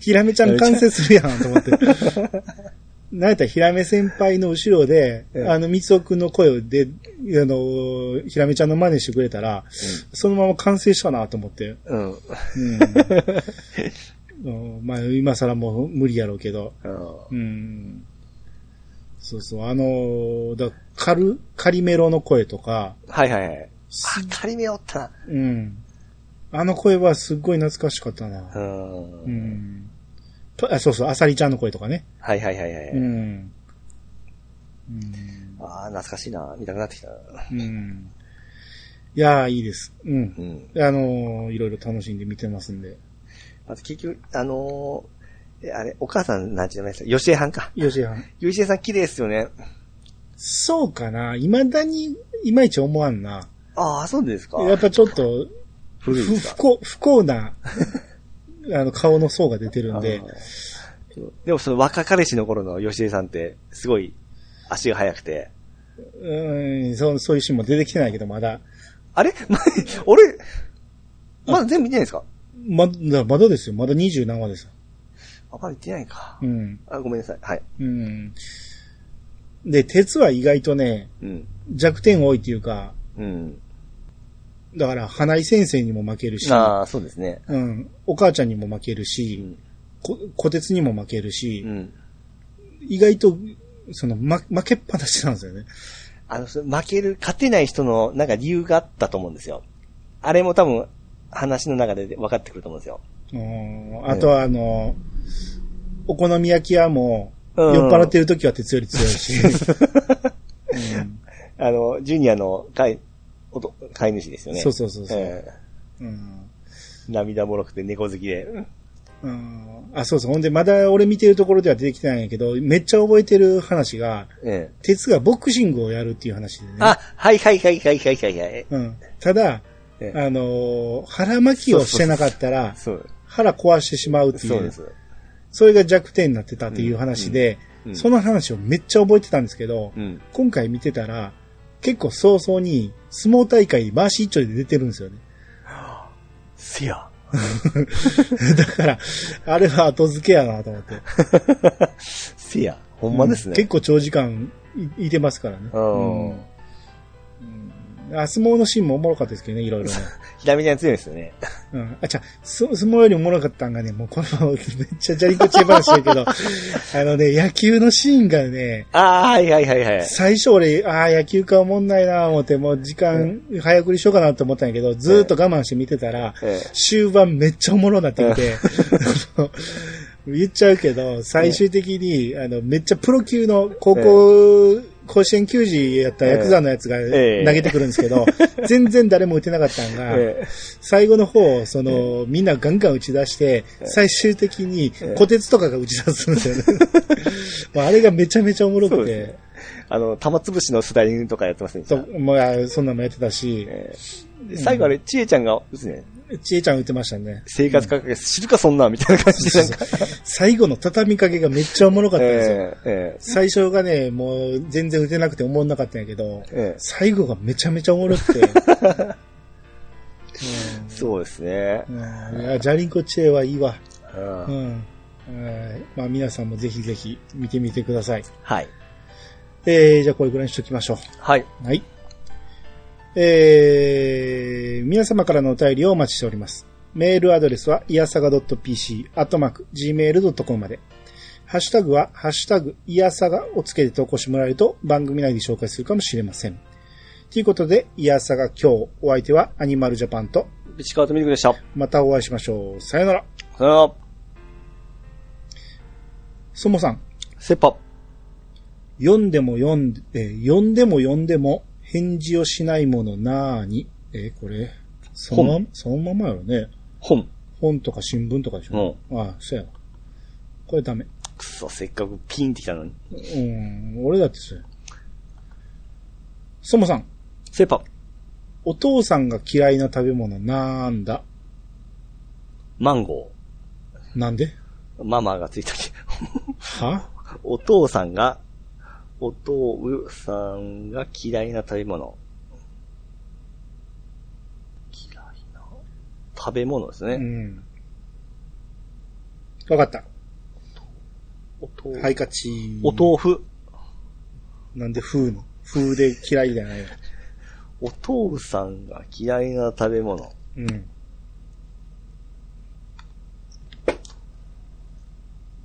S1: ひらめちゃん完成するやんと思って。なんやったらひらめ先輩の後ろで、
S2: ええ
S1: あの、みつおくんの声で、あの、ひらめちゃんの真似してくれたら、そのまま完成したなと思って。
S2: うん。
S1: うん。 *laughs* うんまあ、今更もう無理やろうけど。
S2: うん。
S1: うん。そうそう、あのーだカル、カリメロの声とか、
S2: はいはいはい。あ、仮目おった
S1: うん。あの声はすっごい懐かしかった
S2: な。う
S1: な。
S2: ん。
S1: うん。とあそうそう、アサリちゃんの声とかね。
S2: はいはいはいはい。
S1: うん。うん。
S2: ああ、懐かしいな。見たくなってきたな。
S1: うん。いやー、いいです。うん
S2: う。ん。
S1: あのーいろいろ楽しんで見てますんで。
S2: あと結局、あのー、えあれ、お母さんなんて名前ですか吉江さんか。
S1: よしはん。
S2: 吉江さん綺麗ですよね。
S1: そうかな未だに、いまいち思わんな。
S2: ああ、そうですか。
S1: やっぱちょっと、
S2: 古い
S1: ふ
S2: です
S1: 不
S2: か。
S1: 幸、不幸
S2: *laughs*
S1: な、あの、顔の層が出てるんで
S2: あ、ーでもその若彼氏の頃の吉江さんって、すごい足が速くて。
S1: うーんそう、そういうシーンも出てきてないけど、まだ。
S2: あれ *laughs* 俺、まだ全部見てないですか
S1: ま、まだですよ。まだ二十何話ですよ。
S2: あ、まだ見てないか
S1: う。ん。
S2: あ、ごめんなさい。はい。
S1: うん。で、鉄は意外とね、
S2: うん。
S1: 弱点多いっていうか、
S2: うん。
S1: だから、花井先生にも負けるし、
S2: ああ、そうですね。
S1: うん。お母ちゃんにも負ける
S2: う
S1: し、
S2: ん。
S1: こ小鉄にも負けるし、
S2: うん。
S1: 意外と、その、ま、負けっぱなしなんですよね。
S2: あの、それ負ける、勝てない人の、なんか理由があったと思うんですよ。あれも多分、話の中で分かってくると思うんですよ。
S1: うんあとは、あの、お好み焼き屋も、酔
S2: うん
S1: っ払ってる時は鉄より強い
S2: *laughs*
S1: し。うん
S2: あの、ジュニアの飼い、おと飼い主ですよね。
S1: そうそうそうそう
S2: え
S1: うん
S2: え涙もろくて猫好きで。
S1: うんあ、そうそう。ほんで、まだ俺見てるところでは出てきてないんやけど、めっちゃ覚えてる話が、
S2: ええ
S1: 鉄がボクシングをやるっていう話でね。
S2: あ、はいはいはいはいはいはいはい。
S1: うん、ただ、
S2: ええ
S1: あのー腹巻きをしてなかったら、
S2: そう。
S1: 腹壊してしまうってい
S2: そうで
S1: う
S2: す。
S1: それが弱点になってたっていう話で、
S2: うんうん
S1: その話をめっちゃ覚えてたんですけど、
S2: うん。
S1: 今回見てたら、結構早々に相撲大会に回し一丁で出てるんで
S2: *laughs*
S1: すよね。
S2: せや。 *laughs*
S1: だから、あれは後付けやなと思って。
S2: せや。ほんまです
S1: う
S2: ね。
S1: ん結構長時間いいてますからね。
S2: うん
S1: うんあ、相撲のシーンもおもろかったですけどね、いろいろね。
S2: ひらめきが強いですよね。
S1: うん。あ、じゃそ相撲よりおもろかったんがね、もうこの、め *laughs* っちゃジャリコチェ話だけ *laughs* ど、あのね、野球のシーンがね、
S2: ああ、はいはいはいはい。
S1: 最初俺、ああ、野球かおもんないな思って、もう時間早送りしようかなと思ったんやけど、ずーっと我慢して見てたら、
S2: え
S1: 終盤めっちゃおもろなってきて、あの *laughs* 言っちゃうけど、最終的に、あの、めっちゃプロ級の高校、甲子園球児やったヤクザのやつが投
S2: ええ
S1: げてくるんですけ *laughs* ど、全然誰も打てなかったんが、
S2: え
S1: 最後の方、その、みんなガンガン打ち出して、最終的に
S2: ええ
S1: 小鉄とかが打ち出すんですよね。
S2: *laughs*
S1: もうあれがめちゃめちゃおもろ
S2: そう
S1: く
S2: です
S1: て
S2: ね、。あの、玉潰しのスライディングとかやってますね。
S1: ともうあそんなのもやってたし、
S2: ええ最後あれ、ちえちゃんが、ですね、
S1: ちえちゃん打ってましたね。
S2: 生活かけ、知るかそんな、みたいな感じで、なんか。
S1: 最後の畳みかけがめっちゃおもろかったんですよ。
S2: えええ
S1: 最初がね、もう全然打てなくて思んなかったんやけど、
S2: えええ
S1: 最後がめちゃめちゃおもろく
S2: *laughs*
S1: て。
S2: そうですね
S1: う。んうんいやジャリンコチェはいいわ。
S2: うん
S1: うんうんまあ、皆さんもぜひぜひ見てみてください。
S2: はい。
S1: えー、じゃあこれぐらいにしときましょ
S2: はい。
S1: う。はい。えー、皆様からのお便りをお待ちしております。メールアドレスは、いやさが .pc、アットマーク、gmail.com まで。ハッシュタグは、ハッシュタグ、いやさがをつけて投稿してもらえると、番組内で紹介するかもしれません。ということで、いやさが今日、お相手は、アニマルジャパンと、
S2: 石川とみるくでした。さ
S1: またお会いしましょう。さよなら。
S2: よなら。
S1: そもさん。
S2: セッパ。
S1: 読んでも読んで、えー読んでも読んでも返事をしないものなーに。えーこれ、そのまん、そのままやろね。
S2: 本。
S1: 本とか新聞とかでしょ。ああ、そうやわ。これダメ。
S2: くそ、せっかくピンってきたのに。
S1: うん、俺だってそうや。そもさん、
S2: セッパ。
S1: お父さんが嫌いな食べ物なんだ。
S2: マンゴ
S1: なんで
S2: ー。ママがついたっけ。
S1: は
S2: *laughs* お父さんが、お父さんが嫌いな食べ物。嫌いな食べ物ですね。
S1: うん。わかった。
S2: おと
S1: ハイカチ。
S2: お豆腐。
S1: なんで風の。風で嫌いじゃないわ。
S2: お父さんが嫌いな食べ物。
S1: うん。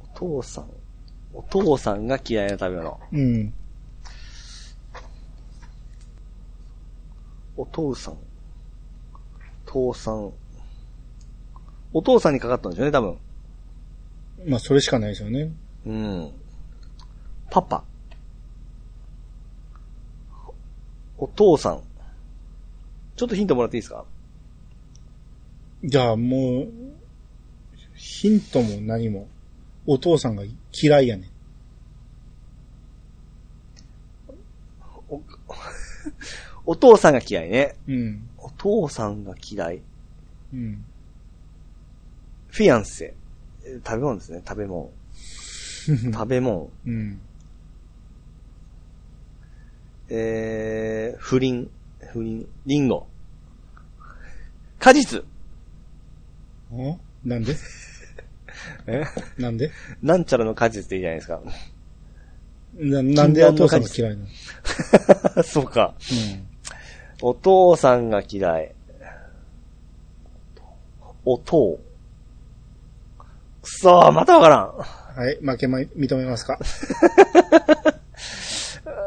S2: お父さん。お父さんが嫌いな食べ物。
S1: うん。
S2: お父さん。父さん。お父さんにかかったんでしょうね、多分。
S1: まあ、それしかないですよね。
S2: うん。パパ。お父さん。ちょっとヒントもらっていいですか
S1: じゃあもう、ヒントも何も、お父さんが嫌いやねん。
S2: おお父さんが嫌いね。
S1: うん。
S2: お父さんが嫌い。
S1: うん。
S2: フィアンセ。えー食べ物ですね、食べ物。食べ物。
S1: うん。
S2: えー、不倫。不倫。リンゴ。果実。
S1: おなんで
S2: え
S1: なんで
S2: なんちゃらの果実でいいじゃないですか。
S1: ななんでお父さんが嫌いなの
S2: そうか。 *laughs*
S1: うん。
S2: お父さんが嫌い。お父。くそー、またわからん
S1: はい、負けま、認めますか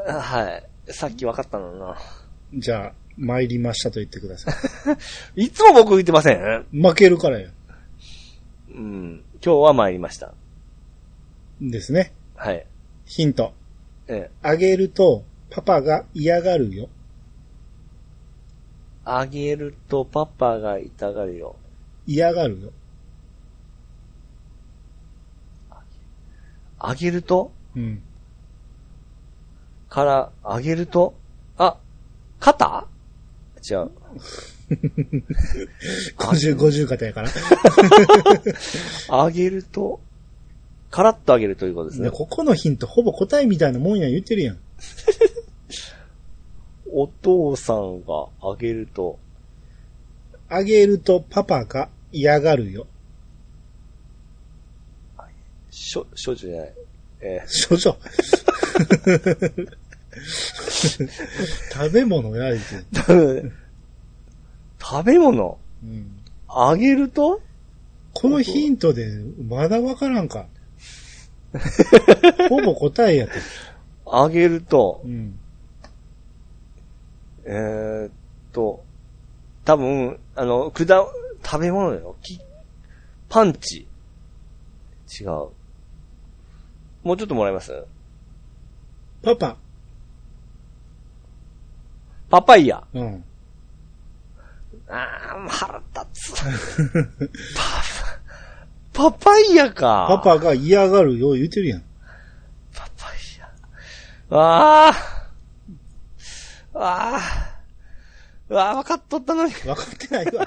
S2: あ。はい。さっきわかったのにな。
S1: じゃあ、参りましたと言ってください。
S2: いつも僕言ってません。
S1: 負けるからよ。
S2: うん。今日は参りました。
S1: ですね。
S2: はい。
S1: ヒント。
S2: ええ、
S1: あげると、パパが嫌がるよ。
S2: あげるとパパが痛がるよ。
S1: 嫌がるよ。
S2: あげると
S1: うん。
S2: から、あげるとあ、肩違う。
S1: 50、50方やから。
S2: あげると、からっとあげるということです
S1: で
S2: ね。
S1: ここのヒント、ほぼ答えみたいなもんや言ってるやん。
S2: お父さんがあげると、
S1: あげるとパパが嫌がるよ。
S2: *laughs* しょ、少女じゃない。え
S1: 少女。食べ物やりて。
S2: 多分食べ物、
S1: うん。
S2: あげると
S1: このヒントで、まだわから *laughs* んか。ほぼ答えやって。
S2: あげると
S1: う、ん。
S2: えーっと、多分、あの、くだ、食べ物だよ。きパンチ。違う。もうちょっともらえます
S1: パパ。
S2: パパイヤ。
S1: うん。
S2: あー、腹立つ。 *laughs* パパ、パパイヤか。
S1: *laughs* パパが嫌がるよう言うてる *laughs* やん。
S2: パパイヤ。ああ。ああ。うわあ、分かっとったのに。
S1: わかってないわ。